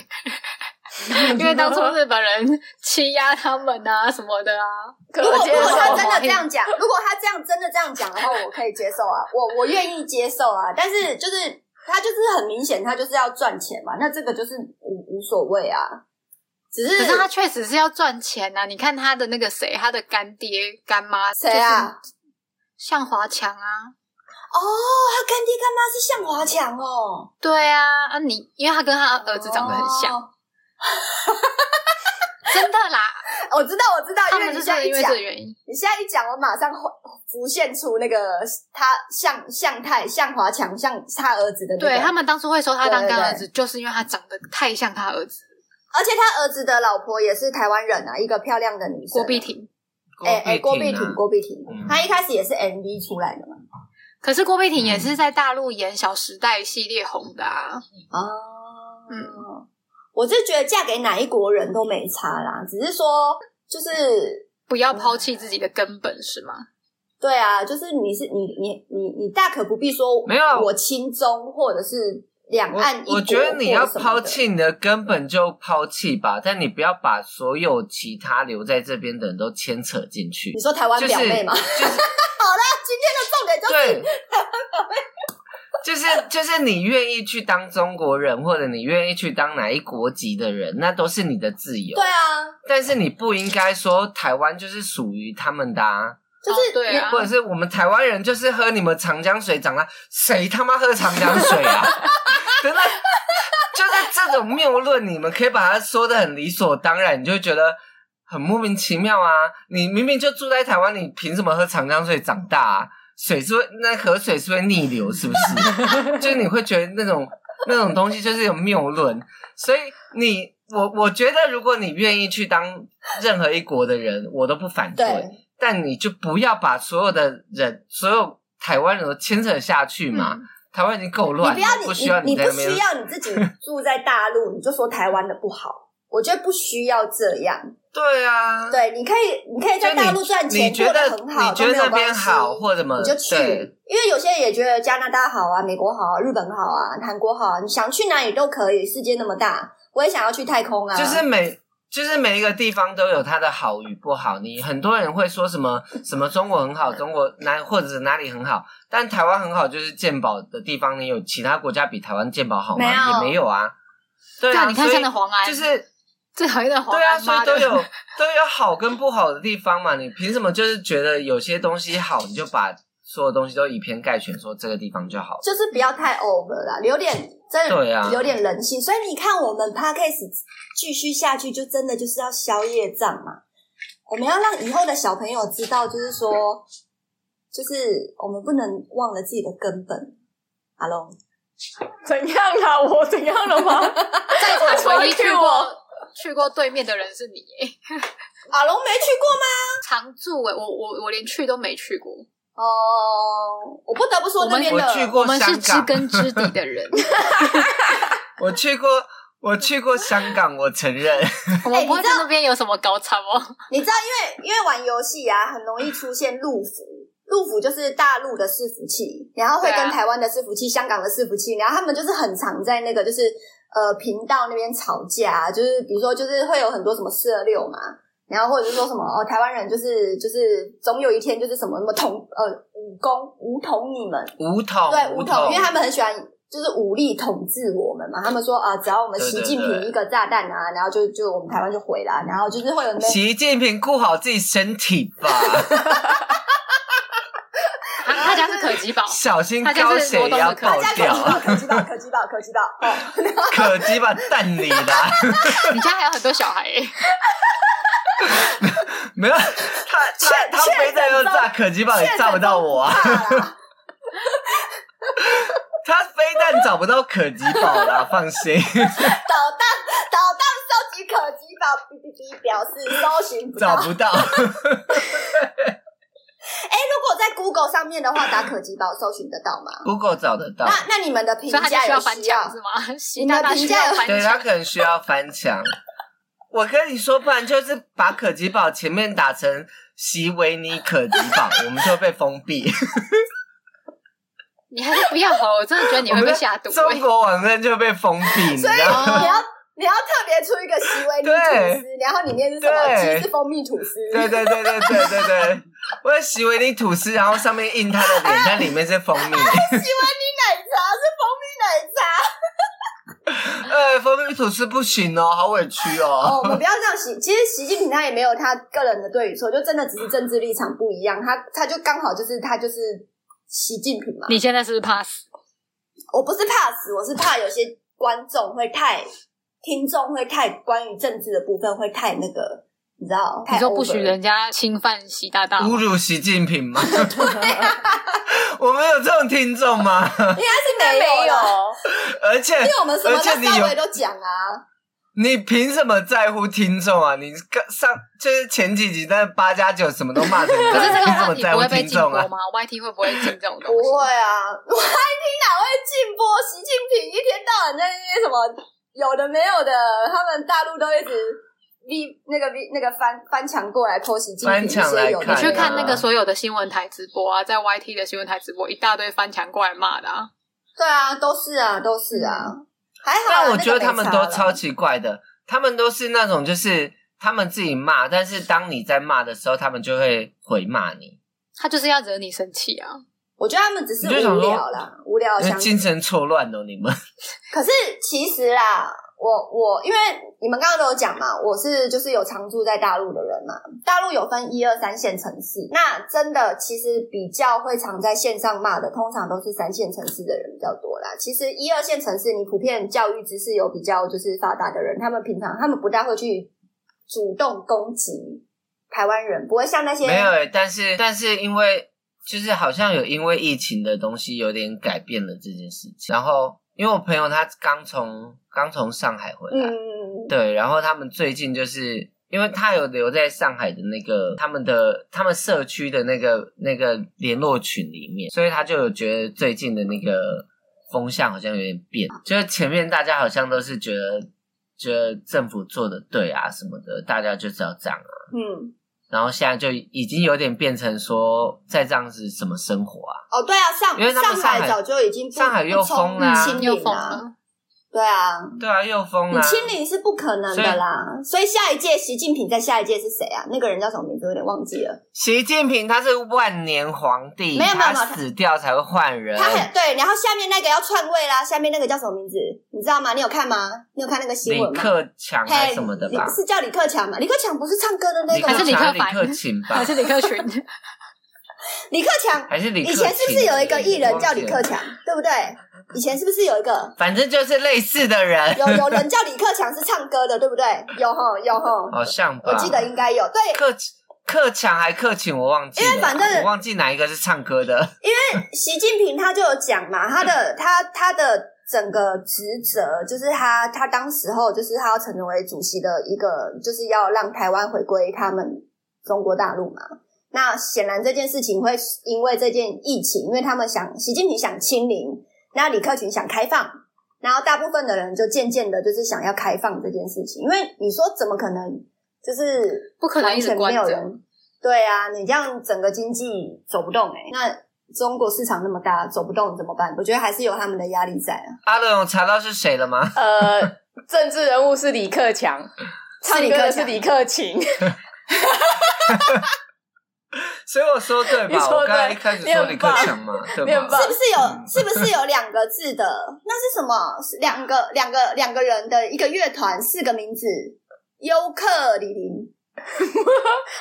Speaker 6: 因为当初 日本人欺压他们啊什么的啊，
Speaker 1: 可
Speaker 2: 如果如
Speaker 1: 接
Speaker 2: 果他
Speaker 1: 受。
Speaker 2: 真的这样讲，如果他这样真的这样讲的话，我可以接受啊， 我我愿意接受啊。但是就是他就是很明显，他就是要赚钱嘛，那这个就是无无所谓啊。只是
Speaker 6: 可是他确实是要赚钱啊。你看他的那个谁，他的干爹干妈
Speaker 2: 谁啊？？
Speaker 6: 向华强啊，
Speaker 2: 哦，他干爹干妈是向华强哦，
Speaker 6: 对啊，啊你，因为他跟他儿子长得很像，
Speaker 2: 哦
Speaker 6: 真的啦，
Speaker 2: 哦我知道，我知道，因
Speaker 6: 他
Speaker 2: 为
Speaker 6: 们
Speaker 2: 你
Speaker 6: 就
Speaker 2: 现在
Speaker 6: 是
Speaker 2: 一
Speaker 6: 因为这
Speaker 2: 讲，
Speaker 6: 个原因，
Speaker 2: 你现在一讲，我马上会浮现出那个他向向太向华强向他儿子的那个，
Speaker 6: 对他们当初会说他当
Speaker 2: 对对
Speaker 6: 干
Speaker 2: 对
Speaker 6: 儿子，就是因为他长得太像他儿子
Speaker 2: 而且他儿子的老婆也是台湾人啊，一个漂亮的女生
Speaker 6: 郭碧婷。
Speaker 2: 哎哎，郭碧
Speaker 3: 婷
Speaker 2: 婷，
Speaker 3: 啊，
Speaker 2: 郭碧婷
Speaker 3: 嗯，
Speaker 2: 她一开始也是 MV 出来的嘛。
Speaker 6: 可是郭碧婷也是在大陆演《小时代》系列红的啊，
Speaker 2: 哦，
Speaker 6: 嗯
Speaker 2: 我是觉得嫁给哪一国人都没差啦，只是说就是
Speaker 6: 不要抛弃自己的根本是吗？
Speaker 2: 对啊，就是你是你你你你大可不必说
Speaker 3: 没有啊
Speaker 2: 我亲中或者是两岸一
Speaker 3: 我
Speaker 2: 国
Speaker 3: 我觉得你要
Speaker 2: 或者什么的
Speaker 3: 抛弃你的根本就抛弃吧，但你不要把所有其他留在这边的人都牵扯进去
Speaker 2: 你。说台湾
Speaker 3: 就是
Speaker 2: 表妹嘛？
Speaker 3: 就是
Speaker 2: 好啦，今天的重点就是
Speaker 3: 对，就是就是你愿意去当中国人，或者你愿意去当哪一国籍的人，那都是你的自由。
Speaker 2: 对啊，
Speaker 3: 但是你不应该说台湾就是属于他们的啊，
Speaker 2: 就是
Speaker 6: 哦对啊
Speaker 3: 或者是我们台湾人就是喝你们长江水长大，谁他妈喝长江水啊？ 真的就是这种谬论，你们可以把它说的很理所当然，你就会觉得很莫名其妙啊！你明明就住在台湾，你凭什么喝长江水长大、啊？水是会那河水是会逆流，是不 是？就是你会觉得那种那种东西就是有谬论，所以你我我觉得，如果你愿意去当任何一国的人，我都不反对。
Speaker 1: 对
Speaker 3: 但你就不要把所有的人、所有台湾人都牵扯下去嘛。台湾已经够
Speaker 2: 嗯你
Speaker 3: 乱
Speaker 2: 不
Speaker 3: 了，
Speaker 2: 要
Speaker 3: 不需
Speaker 2: 你
Speaker 3: 要
Speaker 2: 你
Speaker 3: 在
Speaker 2: 不
Speaker 3: 那边
Speaker 2: 需要你自己住在大 陆，你就说台湾的不好，我觉得不需要这样。
Speaker 3: 对啊，
Speaker 2: 对，你可以你可以
Speaker 3: 就
Speaker 2: 在
Speaker 3: 你
Speaker 2: 大陆赚
Speaker 3: 你
Speaker 2: 钱，
Speaker 3: 觉
Speaker 2: 过
Speaker 3: 得
Speaker 2: 得很好，
Speaker 3: 你觉得
Speaker 2: 都没有
Speaker 3: 那
Speaker 2: 关
Speaker 3: 边
Speaker 2: 系
Speaker 3: 好或者什么，
Speaker 2: 你就去，
Speaker 3: 对
Speaker 2: 因为有些人也觉得加拿大好啊、美国好啊、日本好啊、韩国好啊，你想去哪里都可以，世界那么大，我也想要去太空
Speaker 6: 嗯
Speaker 2: 啊。
Speaker 3: 就是每就是每一个地方都有它的好与不好。你很多人会说什么什么中国很好，中国哪或者是哪里很好，但台湾很好就是鉴宝的地方，你有其他国家比台湾鉴宝好吗？
Speaker 2: 没有
Speaker 3: 也没有啊。对
Speaker 6: 对
Speaker 3: 啊，
Speaker 6: 啊，你看
Speaker 3: 所以
Speaker 6: 像那黄安，
Speaker 3: 就是
Speaker 6: 最讨厌的黄
Speaker 3: 对啊，
Speaker 6: 安
Speaker 3: 所以
Speaker 6: 妈
Speaker 3: 都
Speaker 6: 的，
Speaker 3: 有都有好跟不好的地方嘛。你凭什么就是觉得有些东西好，你就把所有东西都以偏概全，说这个地方就好？
Speaker 2: 就是不要太 over 了啦，留点真的
Speaker 3: 对啊
Speaker 2: 留点人性。所以你看，我们 podcast 继续下去，就真的就是要消业障嘛。我们要让以后的小朋友知道，就是说，就是我们不能忘了自己的根本。哈喽，
Speaker 1: 怎样啊？我怎样了 吗？
Speaker 6: 在 场唯一去
Speaker 1: 我
Speaker 6: 过去过对面的人是你耶，
Speaker 2: 阿龙没去过吗？
Speaker 6: 常住哎，我我我连去都没去过，
Speaker 2: 哦、我不得不说
Speaker 6: 我
Speaker 2: 那
Speaker 6: 们
Speaker 2: 边
Speaker 3: 我
Speaker 2: 的
Speaker 3: 去
Speaker 6: 我
Speaker 3: 过
Speaker 6: 们是
Speaker 3: 香
Speaker 6: 知
Speaker 3: 港，
Speaker 6: 根知底 的人，
Speaker 3: 我去过，我去过香港，我承 认。
Speaker 6: 我们不
Speaker 2: 你
Speaker 6: 会
Speaker 2: 知
Speaker 6: 在
Speaker 2: 道
Speaker 6: 那边有什么高产哦。
Speaker 2: 你知道，因为因为玩游戏啊，很容易出现路服。路服就是大陆的伺服器，然后会
Speaker 6: 对啊
Speaker 2: 跟台湾的伺服器、香港的伺服器，然后他们就是很常在那个就是呃频道那边吵架啊，就是比如说就是会有很多什么四二六嘛，然后或者是说什么哦台湾人就是就是总有一天就是什么什么同呃武功武统你们，
Speaker 3: 梧桐，
Speaker 2: 对
Speaker 3: 梧
Speaker 2: 武统，因为他们很喜欢就是武力统治我们嘛，他们说啊只要我们
Speaker 3: 对
Speaker 2: 习
Speaker 3: 对
Speaker 2: 近平
Speaker 3: 对
Speaker 2: 一个炸弹啊，然后就就我们台湾就毁了，然后就是会有那
Speaker 3: 习近平顾好自己身体 吧，
Speaker 6: 他他家是可 吉堡，
Speaker 3: 小心高血压爆
Speaker 2: 大家
Speaker 3: 掉，
Speaker 2: 可知道，可知道，可知道，可知道。哦，
Speaker 3: 可鸡巴蛋你啦！
Speaker 6: 你家还有很多小 孩耶，
Speaker 3: 没有，他他他
Speaker 2: 确
Speaker 3: 非但要炸可鸡巴也炸不到我啊！
Speaker 2: 怕啦，
Speaker 3: 他非但找不到可吉宝 啦，放心。
Speaker 2: 导弹导弹收集可及宝，哔哔哔表示搜寻不到。
Speaker 3: 找
Speaker 2: 哎，
Speaker 3: 不到。
Speaker 2: 如果在 Google 上面的话，打可及宝搜寻得到吗？
Speaker 3: Google 找得到
Speaker 2: 那，那你们的评
Speaker 6: 所以他就
Speaker 2: 价
Speaker 6: 需
Speaker 2: 有
Speaker 6: 要
Speaker 2: 需
Speaker 6: 翻
Speaker 2: 要
Speaker 6: 墙是？吗？习
Speaker 2: 你的
Speaker 6: 大大需要
Speaker 2: 评价
Speaker 6: 翻
Speaker 3: 对他
Speaker 6: 墙，
Speaker 3: 可能需要翻墙。我跟你说，不然就是把可吉宝前面打成席维尼可吉 宝，我们就被封闭。
Speaker 6: 你还是不要好了，我真的觉得你
Speaker 3: 我
Speaker 6: 会
Speaker 3: 们
Speaker 6: 被
Speaker 3: 的
Speaker 6: 吓毒哎耶。
Speaker 2: 欸
Speaker 3: 中国网站就被封闭，你知
Speaker 2: 所以
Speaker 3: 道吗？
Speaker 2: 你要你要特别出一个席维尼吐司，然后里面是什么？
Speaker 3: 对
Speaker 2: 其实是蜂蜜吐司。
Speaker 3: 对 对对对对对对，我有席维尼吐司，然后上面印他的脸，但里面是蜂蜜。
Speaker 2: 席维尼奶茶是蜂蜜奶茶。
Speaker 3: 呃，蜂蜜吐司不行哦，好委屈
Speaker 2: 哦，我
Speaker 3: 哦。
Speaker 2: 们不要这样习。其实习近平他也没有他个人的对与错，就真的只是政治立场不一样。他他就刚好就是他就是习近平嘛。
Speaker 6: 你现在是不是怕死？
Speaker 2: 我不是怕死，我是怕有些观众会太听众会太关于政治的部分会太那个，你知道？太
Speaker 6: 你说不
Speaker 2: over
Speaker 6: 许人家侵犯习大大吗，
Speaker 3: 侮辱习近平吗？ 我们有这种听众吗？
Speaker 2: 应该
Speaker 6: 啊
Speaker 2: 是没
Speaker 1: 没
Speaker 2: 有
Speaker 1: 有，啊
Speaker 2: 啦，
Speaker 3: 而且
Speaker 2: 因为我们什么
Speaker 3: 而且
Speaker 2: 他
Speaker 3: 你
Speaker 2: 稍
Speaker 3: 有
Speaker 2: 微都讲啊。
Speaker 3: 你凭什么在乎听众啊？你刚上就是前几集那八加九什么都骂成这
Speaker 6: 可是
Speaker 3: 样，
Speaker 6: 这个
Speaker 3: 你凭什
Speaker 6: 话
Speaker 3: 么
Speaker 6: 题
Speaker 3: 在
Speaker 6: 不
Speaker 3: 乎
Speaker 6: 会被
Speaker 3: 听
Speaker 6: 禁
Speaker 3: 众
Speaker 6: 播
Speaker 3: 啊？
Speaker 6: 吗？YT 会不会禁这种东
Speaker 2: 不
Speaker 6: 西？
Speaker 2: 会啊，我还听哪会禁播？习近平一天到晚在那些什么有的没有的，他们大陆都一直 V 那个 V 那个翻翻墙过来剖习近平
Speaker 3: 翻
Speaker 2: 一
Speaker 3: 墙
Speaker 2: 些
Speaker 3: 来
Speaker 2: 有的没
Speaker 3: 看啊
Speaker 6: 你
Speaker 2: 有
Speaker 6: 去
Speaker 2: 的啊
Speaker 6: 看那个所有的新闻台直播啊，在 YT 的新闻台直播，一大堆翻墙过来骂的啊。
Speaker 2: 对啊，都是啊，都是啊，还 好啊。
Speaker 3: 嗯但我觉得他们都超
Speaker 2: 级
Speaker 3: 奇怪的，他们都是那种就是他们自己骂，但是当你在骂的时候，他们就会回骂你，
Speaker 6: 他就是要惹你生气啊！
Speaker 2: 我觉得他们只是
Speaker 3: 你就想
Speaker 2: 无
Speaker 3: 说
Speaker 2: 聊啦，无聊
Speaker 3: 因为
Speaker 2: 相。
Speaker 3: 精神错乱哦，你们。
Speaker 2: 可是其实啦，啊我我因为你们刚刚都有讲嘛，我是就是有常住在大陆的人嘛，大陆有分一二三线城市，那真的其实比较会常在线上骂的，通常都是三线城市的人比较多啦。其实一二线城市，你普遍教育知识有比较就是发达的人，他们平常他们不大会去主动攻击台湾人，不会像那些
Speaker 3: 没有、欸，但是但是因为就是好像有因为疫情的东西有点改变了这件事情。然后因为我朋友他刚从刚从上海回来，
Speaker 2: 嗯，
Speaker 3: 对，然后他们最近就是因为他有留在上海的那个他们的他们社区的那个那个联络群里面，所以他就有觉得最近的那个风向好像有点变，就是前面大家好像都是觉得觉得政府做的对啊什么的，大家就是要这样啊，
Speaker 2: 嗯。
Speaker 3: 然后现在就已经有点变成说再这样子怎么生活啊？
Speaker 2: 哦，对啊，上
Speaker 3: 因为他们上海
Speaker 2: 早就已经不
Speaker 3: 上海又封啦
Speaker 2: 不清
Speaker 6: 又
Speaker 2: 零
Speaker 6: 疯
Speaker 2: 啦，
Speaker 6: 了，
Speaker 2: 对啊，
Speaker 3: 对啊，又封了、
Speaker 2: 你清零是不可能的啦。所以下一届习近平在下一届是谁啊？那个人叫什么名字？我有点忘记了。
Speaker 3: 习近平他是万年皇帝，
Speaker 2: 没有没有没有
Speaker 3: 他死掉才会换人。
Speaker 2: 他很对，然后下面那个要篡位啦，下面那个叫什么名字？你知道吗？你有看吗？你有看那个新
Speaker 3: 李
Speaker 2: 闻吗？
Speaker 3: 克强还是什么的吧
Speaker 2: 嘿？是叫李克强吗？李克强不是唱歌的那
Speaker 3: 李
Speaker 2: 个
Speaker 3: 克
Speaker 6: 还
Speaker 2: 吗
Speaker 6: 是？李克
Speaker 3: 强、
Speaker 6: 凡
Speaker 3: 李克勤吧
Speaker 6: 还？是李克群？
Speaker 2: 李克强
Speaker 3: 还是李克
Speaker 2: 以
Speaker 3: 勤？
Speaker 2: 前是不是有一个艺人叫李克
Speaker 3: 忘记了？
Speaker 2: 强，对不对？以前是不是有一个？
Speaker 3: 反正就是类似的人，
Speaker 2: 有有人叫李克强是唱歌的，对不对？有吼有吼，
Speaker 3: 好像吧？
Speaker 2: 我记得应该有。对，
Speaker 3: 克克强还克勤，我忘记了，
Speaker 2: 因为反正
Speaker 3: 我忘记哪一个是唱歌的。
Speaker 2: 习近平他就有讲嘛，他的他他的整个职责就是他他当时候就是他要成为主席的一个，就是要让台湾回归他们中国大陆嘛。那显然这件事情会因为这件疫情，因为他们想习近平想清零，那李克群想开放，然后大部分的人就渐渐的就是想要开放这件事情，因为你说怎么可能就是
Speaker 6: 不可能
Speaker 2: 完
Speaker 6: 一直
Speaker 2: 全没
Speaker 6: 关
Speaker 2: 有
Speaker 6: 着。
Speaker 2: 人。对啊，你这样整个经济走不动哎、那中国市场那么大，走不动怎么办？我觉得还是有他们的压力在啊。
Speaker 3: 阿伦，我查到是谁了吗？
Speaker 1: 呃，政治人物是李克强，唱
Speaker 2: 是李
Speaker 1: 歌
Speaker 2: 克
Speaker 1: 的
Speaker 2: 强
Speaker 1: 是李克勤。
Speaker 3: 所以我说对
Speaker 1: 你
Speaker 3: 吧？
Speaker 1: 说
Speaker 3: 我刚才
Speaker 1: 对
Speaker 3: 一开始
Speaker 1: 你很
Speaker 3: 说李克
Speaker 1: 棒
Speaker 3: 强嘛，对
Speaker 1: 你很
Speaker 3: 吧？
Speaker 1: 棒
Speaker 2: 是不是
Speaker 3: 嗯
Speaker 2: 有？是不是有两个字 的？那是什么？是两个两个两个人的一个乐团，四个名字，优客李林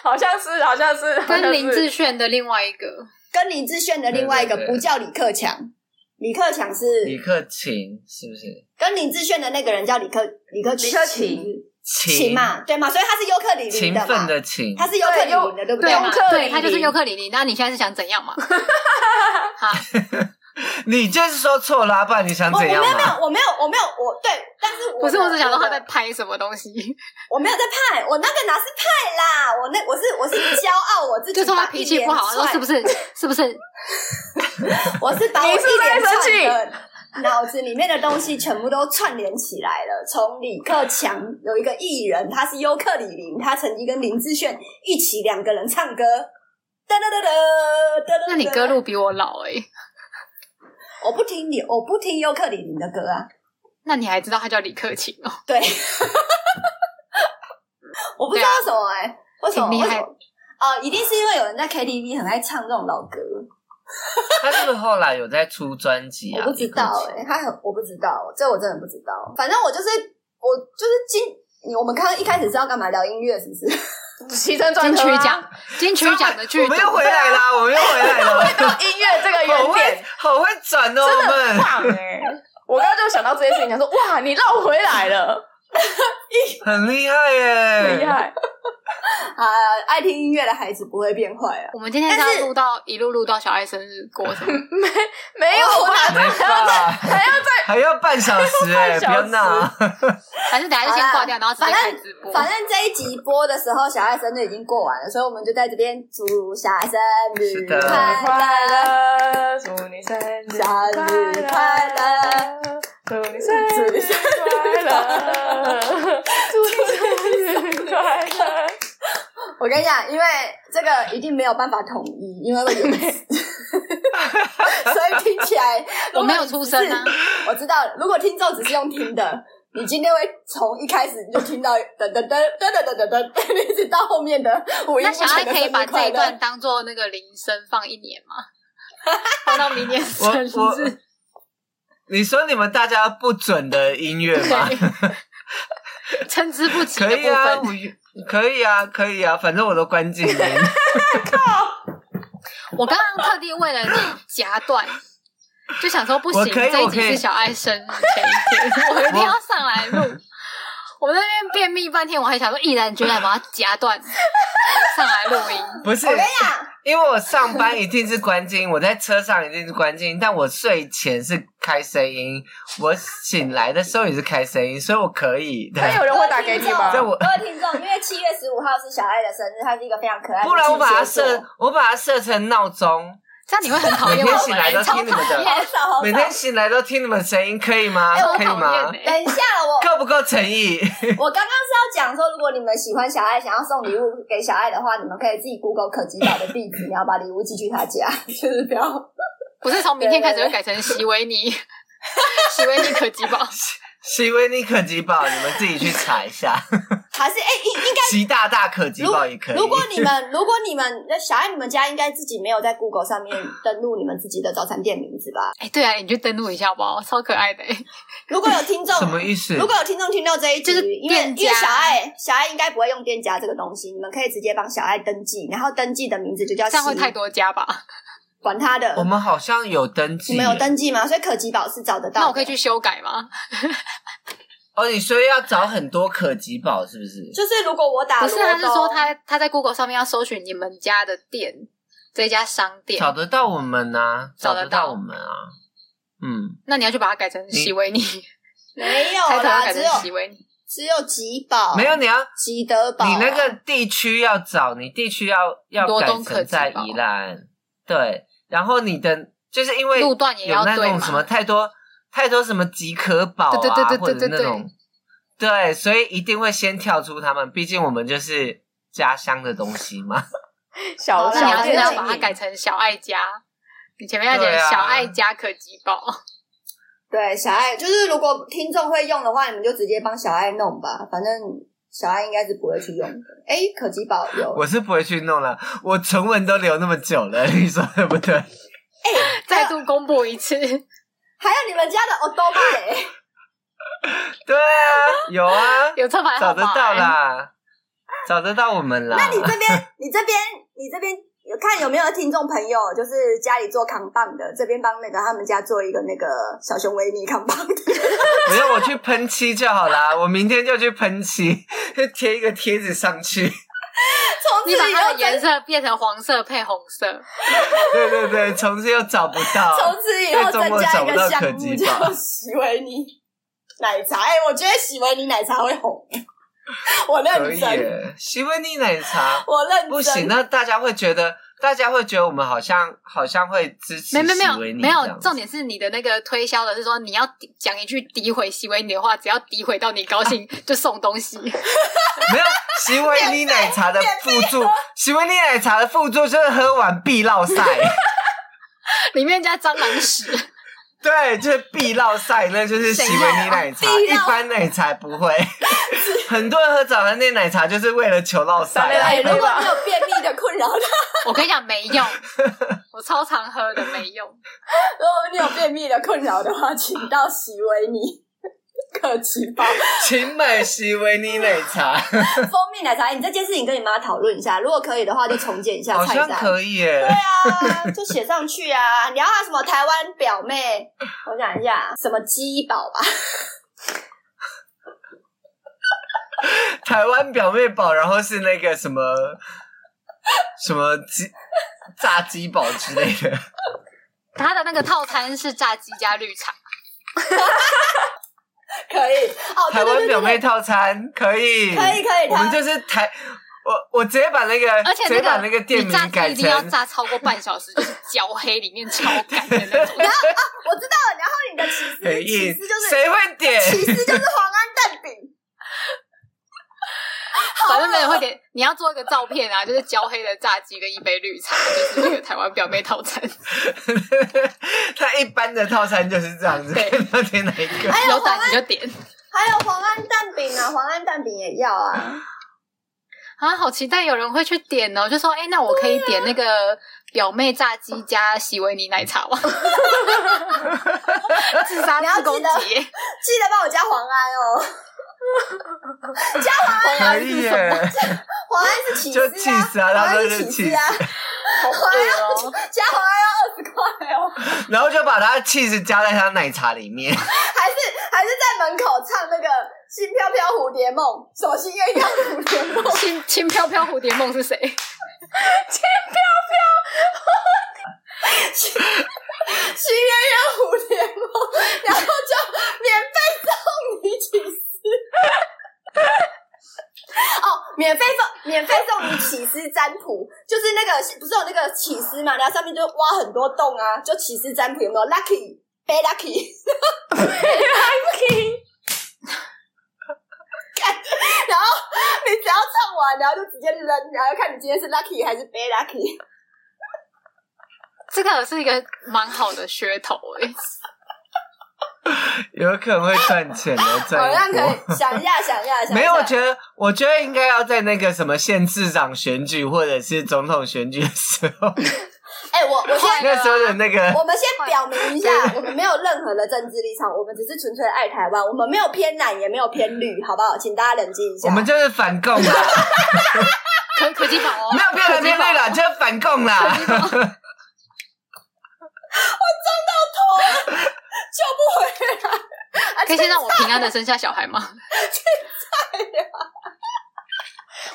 Speaker 1: 好像是，好像是，好像是
Speaker 6: 跟林志炫的另外一个，
Speaker 2: 跟林志炫的另外一个
Speaker 3: 对对对
Speaker 2: 不叫李克强，李克强是
Speaker 3: 李克勤是不是？
Speaker 2: 跟林志炫的那个人叫李克李克
Speaker 1: 李克
Speaker 2: 勤
Speaker 1: 勤
Speaker 2: 勤嘛，对嘛？所以他是优客李林
Speaker 3: 勤
Speaker 2: 的
Speaker 3: 奋
Speaker 2: 嘛，
Speaker 3: 的勤，
Speaker 2: 他是优客李林的，对不对？
Speaker 1: 优
Speaker 6: 嘛
Speaker 1: 克里里
Speaker 6: 对，他就是尤克里里。那你现在是想怎 样嘛？
Speaker 3: 你就是说错了啊，不然你想
Speaker 2: 我我
Speaker 3: 怎
Speaker 2: 没有没
Speaker 3: 样嘛？
Speaker 2: 有我没有我没有我对，但是我
Speaker 6: 不是，
Speaker 2: 的
Speaker 6: 我只想到他
Speaker 2: 我
Speaker 6: 在
Speaker 2: 的
Speaker 6: 拍什么东西，
Speaker 2: 我没有在派，我那个哪是派啦，我那我是我是骄傲我自己，
Speaker 6: 就说他脾气不好，然后是不
Speaker 2: 是？
Speaker 6: 是是不是
Speaker 2: 我是把我一
Speaker 1: 你是不是
Speaker 2: 连
Speaker 1: 在生气
Speaker 2: 串的脑子里面的东西全部都串联起来了。从李克强有一个艺人，他是优客李林，他曾经跟林志炫一起两个人唱歌。噔噔噔噔噔噔，
Speaker 6: 那你歌路比我老哎、欸，
Speaker 2: 我不听你，我不听优客李林的歌啊。
Speaker 6: 那你还知道他叫李克勤哦？
Speaker 2: 对， 我不知道为什么哎、为什么？
Speaker 6: 啊挺厉
Speaker 2: 为
Speaker 6: 害
Speaker 2: 什么？哦，一定是因为有人在 KTV 很爱唱这种老歌，
Speaker 3: 他是不是后来有在出专辑啊？
Speaker 2: 我不知道
Speaker 3: 李克
Speaker 2: 哎、
Speaker 3: 勤
Speaker 2: 他很我不知道，这我真的不知道。反正我就是我就是今你我们刚刚一开始是要干嘛聊音乐是不 是？
Speaker 1: 齐声转
Speaker 6: 金曲
Speaker 1: 头啊
Speaker 6: 奖，金曲奖的剧
Speaker 3: 我
Speaker 6: 组
Speaker 3: 们又回来啦，我们又回来
Speaker 1: 回到
Speaker 3: 了，
Speaker 1: 音乐这个
Speaker 3: 好
Speaker 1: 原
Speaker 3: 会
Speaker 1: 点，
Speaker 3: 好会转哦，我
Speaker 1: 很
Speaker 3: 们
Speaker 1: 棒哎、我刚刚就想到这件事情，想说哇，你绕回来了，
Speaker 3: 很厉害耶，
Speaker 1: 厉。害！
Speaker 2: 啊、爱听音乐的孩子不会变坏啊。
Speaker 6: 我们今天是要录到一路录到小爱生日过 程，
Speaker 1: 没有，我哪
Speaker 3: 没吧？还要再还要半小时哎、
Speaker 1: 还要半小时
Speaker 3: 不要闹！
Speaker 6: 还是等一下就先挂掉，然后直接开直播？
Speaker 2: 反正这一集播的时候，小爱生日已经过完了，所以我们就在这边祝小爱生
Speaker 3: 是
Speaker 2: 日
Speaker 3: 的
Speaker 2: 快
Speaker 1: 快
Speaker 2: 乐。
Speaker 1: 乐，祝你生日快乐，祝你生日快乐，祝你生日快乐。
Speaker 2: 我跟你讲，因为这个一定没有办法统一，因为会 有，所以听起来
Speaker 6: 我没有出声啊，
Speaker 2: 是我知道了。如果听众只是用听 的，你今天会从一开始你就听到噔噔噔噔噔噔噔噔，一直到后面的五音
Speaker 6: 那
Speaker 2: 不
Speaker 6: 小
Speaker 2: 全
Speaker 6: 爱
Speaker 2: 的
Speaker 6: 可以把
Speaker 2: 生日
Speaker 6: 这
Speaker 2: 快
Speaker 6: 一
Speaker 2: 乐
Speaker 6: 段当做那个铃声放一年 吗？放到明年生
Speaker 3: 我我
Speaker 6: 日，
Speaker 3: 你说你们大家不准的音乐吗？
Speaker 6: 对，参差不齐的
Speaker 3: 可
Speaker 6: 部
Speaker 3: 以啊，
Speaker 6: 分。
Speaker 3: 我可以啊，可以啊，反正我都关静音。
Speaker 6: 我刚刚特地为了你夹断，就想说不行，
Speaker 3: 我可以
Speaker 6: 这一
Speaker 3: 我可
Speaker 6: 集
Speaker 3: 以
Speaker 6: 是小爱生日前一天，我一定要上来录。我在那边便秘半天，我还想说毅然决然把它夹断，上来录音。
Speaker 3: 不是，
Speaker 2: 我跟你讲，
Speaker 3: 因为我上班一定是关静音，我在车上一定是关静音，但我睡前是开声音，我醒来的时候也是开声音，所以我可以的。
Speaker 1: 那有人会打给你吗？
Speaker 3: 在我
Speaker 2: 各位听众，因为七月十五号是小爱的生日，她是一个非常可爱的
Speaker 3: 不然我把它
Speaker 2: 巨蟹座
Speaker 3: 设，我把它设成闹钟，
Speaker 6: 这样你会很讨厌
Speaker 3: 每天
Speaker 6: 我
Speaker 3: 醒来
Speaker 6: 们，
Speaker 3: 都
Speaker 6: 超
Speaker 3: 听你们
Speaker 6: 讨
Speaker 3: 的
Speaker 6: 厌，
Speaker 2: 好少好哎
Speaker 3: 每
Speaker 2: 少。
Speaker 3: 天醒来都听你们的声音，可以吗？
Speaker 6: 超
Speaker 3: 啊可以
Speaker 6: 讨
Speaker 3: 吗？
Speaker 6: 厌欸
Speaker 2: 等一下，我
Speaker 3: 够不够诚意？
Speaker 2: 我刚刚是要讲说，如果你们喜欢小爱，想要送礼物给小爱的话，你们可以自己 Google 可吉岛的地址，然后把礼物寄去他家， 就是不要
Speaker 6: 不是从明天开始会改成席维尼， 席维尼可 吉宝。
Speaker 3: 席维尼可吉宝，你们自己去查 一下。
Speaker 2: 还是哎、应应
Speaker 3: 习大大可吉宝也
Speaker 2: 该
Speaker 3: 可以。
Speaker 2: 如果你们如果你们那小爱你们家应该自己没有在 Google 上面登录你们自己的早餐店名字吧？
Speaker 6: 哎、对啊，你去登录一下好不好？超可爱的、欸，
Speaker 2: 如果有听众
Speaker 3: 什么意思？
Speaker 2: 如果有听众听到这一集，
Speaker 6: 就是
Speaker 2: 因为
Speaker 6: 店家
Speaker 2: 因为小爱小爱应该不会用店家这个东西，你们可以直接帮小爱登记，然后登记的名字就叫
Speaker 6: 这样会
Speaker 2: 西
Speaker 6: 太多家吧？
Speaker 2: 管他的
Speaker 3: 我。们好像有登记，
Speaker 2: 你们有登记吗？所以可吉宝是找得到的。
Speaker 6: 那我可以去修改吗？
Speaker 3: 哦。你说要找很多可吉宝是不是？
Speaker 2: 就是如果我打
Speaker 6: 不
Speaker 2: 洛
Speaker 6: 是，
Speaker 2: 东，
Speaker 6: 他是说他他在 Google 上面要搜寻你们家的店，这家商店，
Speaker 3: 找得到我们呐、找
Speaker 6: 找得到
Speaker 3: 得到我们啊。嗯，
Speaker 6: 那你要去把它改成席维尼，
Speaker 2: 没有
Speaker 6: 抬头要
Speaker 2: 啦，
Speaker 6: 改
Speaker 2: 只
Speaker 6: 成
Speaker 2: 有
Speaker 6: 席维尼。
Speaker 2: 只有吉
Speaker 6: 哦
Speaker 2: 宝，
Speaker 3: 没有，你要
Speaker 2: 吉德
Speaker 6: 啊
Speaker 2: 堡，
Speaker 3: 你那个地区要找，你地区要要
Speaker 6: 罗
Speaker 3: 改
Speaker 6: 东可
Speaker 3: 成
Speaker 6: 吉宝
Speaker 3: 在宜兰，对，然后你的就是因为
Speaker 6: 路段也要
Speaker 3: 有那
Speaker 6: 对嘛
Speaker 3: 种什么太多太多什么即可宝啊，
Speaker 6: 对对对对对
Speaker 3: 或者是
Speaker 6: 对
Speaker 3: 那
Speaker 6: 对
Speaker 3: 种，对，所以一定会先跳出他们，毕竟我们就是家乡的东西 嘛。
Speaker 1: 小
Speaker 2: 好
Speaker 6: 那你
Speaker 1: 小
Speaker 6: 要是
Speaker 1: 店
Speaker 6: 要
Speaker 1: 经
Speaker 6: 把它
Speaker 1: 营
Speaker 6: 改成小爱家，你前面要写
Speaker 3: 对啊
Speaker 6: 小爱家可吉宝，
Speaker 2: 对小爱，就是如果听众会用的话，你们就直接帮小爱弄吧，反正小爱应该是不会去用的。哎，可吉宝有，
Speaker 3: 我是不会去弄了，我唇纹都留那么久了，你说对不对？
Speaker 6: 再度公布 一次。
Speaker 2: 还有你们家的 o d o m
Speaker 3: 啊
Speaker 2: a
Speaker 3: 对啊，有啊，
Speaker 6: 有车牌号
Speaker 3: 找得
Speaker 6: 码、
Speaker 3: 到
Speaker 6: 欸，
Speaker 3: 啦，找得到我们啦。
Speaker 2: 那你这边，你这边，你这边有看有没有听众朋友，就是家里做扛棒的，这边帮那个他们家做一个那个小熊维尼扛棒 的。
Speaker 3: 没有，我去喷漆就好啦。 我明天就去喷漆，就贴一个贴纸上 去。
Speaker 2: 从此
Speaker 6: 你把
Speaker 2: 哦以
Speaker 6: 它
Speaker 2: 后
Speaker 6: 的颜色变成黄色配红色，
Speaker 3: 对对对，从此又找不到。
Speaker 2: 从此以后增加一个项目
Speaker 3: 在中国 找不到
Speaker 2: 叫
Speaker 3: 可
Speaker 2: 喜维尼奶茶。哎、我觉得喜维尼奶茶会红， 我
Speaker 3: 可
Speaker 2: 认
Speaker 3: 以
Speaker 2: 真，
Speaker 3: 耶，希维尼奶茶
Speaker 2: 我认真。
Speaker 3: 不行，啊那大家会觉得，大家会觉得我们好像好像会支持
Speaker 6: 没没没
Speaker 3: 希维
Speaker 6: 有
Speaker 3: 尼
Speaker 6: 没
Speaker 3: 这
Speaker 6: 有，
Speaker 3: 样
Speaker 6: 重点是你的那个推销的是说你要诋讲一句诋毁席维尼的话，只要诋毁到你 高兴就送东西，
Speaker 3: 没有，席维尼奶茶 的附注，席维尼奶茶的附注就是喝完必落晒，
Speaker 6: 里面加蟑螂屎，
Speaker 3: 对，就是必落晒，那就是席维尼奶茶，
Speaker 2: 谁要
Speaker 3: 一般奶茶不 会。很多人喝早餐店奶茶就是为了求落晒
Speaker 1: 三
Speaker 3: 啊
Speaker 1: 杯
Speaker 2: 哎，
Speaker 1: 奶
Speaker 2: 如果你有便秘的 困扰，如
Speaker 6: 我跟你讲没 用，我超常喝的没用，
Speaker 2: 果你有便秘的困扰的话，请到喜维尼 可奇包。
Speaker 3: 请买席维尼奶 茶，
Speaker 2: 蜂蜜奶茶，哎你这件事情跟你妈讨论一下，如果可以的话，就重建一下
Speaker 3: 好
Speaker 2: 菜
Speaker 3: 像
Speaker 2: 单。
Speaker 3: 可以耶
Speaker 2: 对。啊， 就写上去啊！你要她什么台湾表妹？我想一下，什么鸡宝吧？
Speaker 3: 台湾表妹堡，然后是那个什么什么鸡炸鸡堡之类的，
Speaker 6: 它的那个套餐是炸鸡加绿茶，
Speaker 2: 可以哦，对
Speaker 3: 台
Speaker 2: 对
Speaker 3: 湾
Speaker 2: 对
Speaker 3: 表
Speaker 2: 对
Speaker 3: 妹
Speaker 2: 对，
Speaker 3: 套餐可以，
Speaker 2: 可以可以，
Speaker 3: 我们
Speaker 2: 她
Speaker 3: 就是台，我我直接把那个，
Speaker 6: 而且
Speaker 3: 直
Speaker 6: 那
Speaker 3: 接把
Speaker 6: 个
Speaker 3: 那个店
Speaker 6: 你炸
Speaker 3: 名
Speaker 6: 鸡
Speaker 3: 改
Speaker 6: 一定要
Speaker 3: 成
Speaker 6: 炸超过半小时，就是焦黑里面超干的那
Speaker 2: 我知道
Speaker 6: 种，
Speaker 2: 了，然后你的起司，
Speaker 3: 很
Speaker 2: 起
Speaker 3: 硬
Speaker 2: 司就是，
Speaker 3: 谁会点？
Speaker 2: 起司就是黄安蛋饼，
Speaker 6: 反正没人会点。你要做一个照片啊，就是焦黑的炸鸡跟一杯绿茶，就是那个台湾表妹套餐。
Speaker 3: 他一般的套餐就是这样子，
Speaker 6: 对
Speaker 3: 要点哪一
Speaker 2: 哎
Speaker 3: 个？
Speaker 6: 有胆你就点
Speaker 2: 还有黄安蛋饼啊，黄安蛋饼也要啊，
Speaker 6: 啊！好期待有人会去点哦，就说哎、诶那我可以点那个表妹炸鸡加席维尼奶 茶吗？自杀
Speaker 2: 你要
Speaker 6: 自
Speaker 2: 记得
Speaker 6: 攻击耶，
Speaker 2: 记得帮我加黄安哦。
Speaker 3: 可以耶，
Speaker 2: 华安是起司、啊，
Speaker 3: 就起司啊
Speaker 2: 华
Speaker 3: 他
Speaker 2: 安
Speaker 3: 说
Speaker 2: 是
Speaker 3: 是
Speaker 2: 起司啊，
Speaker 1: 好饿哦！
Speaker 2: 加华安要二十块哦，
Speaker 3: 然后就把他的 cheese 加在他奶茶里面，
Speaker 2: 还是还是在门口唱那个《轻飘飘蝴蝶梦》，什么新鸳鸯蝴蝶 梦？
Speaker 6: 轻轻飘飘蝴蝶梦是谁？
Speaker 2: 新鸳鸯蝴蝶梦，然后就免费送你起司。哦，免费送免费送你起司占卜，就是那个不是有那个起司嘛，然后上面就挖很多洞啊，就起司占卜有没有？Lucky。b lucky，然后你只要唱完，然后就直接扔，然后看你今天是 lucky 还是 b lucky。
Speaker 6: 这个是一个蛮好的噱头欸诶、
Speaker 3: 有可能会赚钱的，
Speaker 2: 好像
Speaker 3: 赚一
Speaker 2: 可
Speaker 3: 波。
Speaker 2: 以想一下，想一下，想一下。
Speaker 3: 没有，我觉得，我觉得应该要在那个什么县市长选举或者是总统选举的时 候，
Speaker 2: 哎、我我现在
Speaker 3: 那时候的那个
Speaker 2: 我们先表明一下，我们没有任何的政治立场，我们只是纯粹爱台湾，我们没有偏蓝，也没有偏绿，好不好？请大家冷静一下。
Speaker 3: 我们就是反 共啦，
Speaker 6: 可可基宝哦，
Speaker 3: 没有变来变去啦，就是反共啦。
Speaker 2: 救不回来，啊
Speaker 6: 可以先让我平安的生下小孩吗？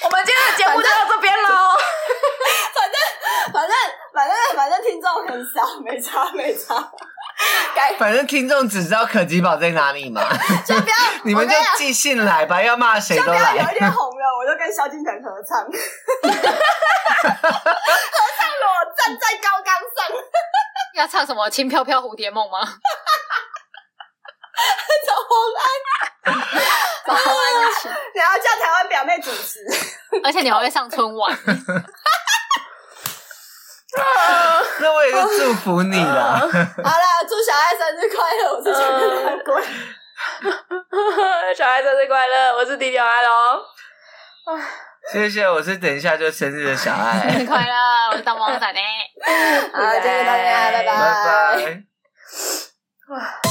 Speaker 1: 我们今天的节目就到这边喽。
Speaker 2: 反正反正反正听众很少，没差没差。 改
Speaker 3: 反正听众只知道可吉宝在哪里嘛，
Speaker 2: 就不要，
Speaker 3: 你们
Speaker 2: 我
Speaker 3: 就
Speaker 2: 跟你
Speaker 3: 寄信来吧，要骂谁
Speaker 2: 讲就
Speaker 3: 都
Speaker 2: 不要有
Speaker 3: 来
Speaker 2: 一。天红了，我就跟萧敬腾合唱，合唱我站在高岗上，
Speaker 6: 要唱什么《轻飘飘蝴蝶梦》吗？
Speaker 2: 找红安，
Speaker 6: 把红安一起，
Speaker 2: 然后叫台湾表妹主 持。
Speaker 6: 而且你还会上春晚，
Speaker 3: 那我也是祝福你
Speaker 2: 好
Speaker 3: 啦，
Speaker 2: 了，祝小爱生日快乐！我是小爱的鬼。
Speaker 1: 小孩生日快乐！我是迪迪阿龙，
Speaker 3: 谢谢，我是等一下就生日的小
Speaker 6: 生
Speaker 3: 爱，
Speaker 6: 日 快乐！我是大魔王伞诶。
Speaker 2: 好，就到这边，拜
Speaker 3: 拜拜。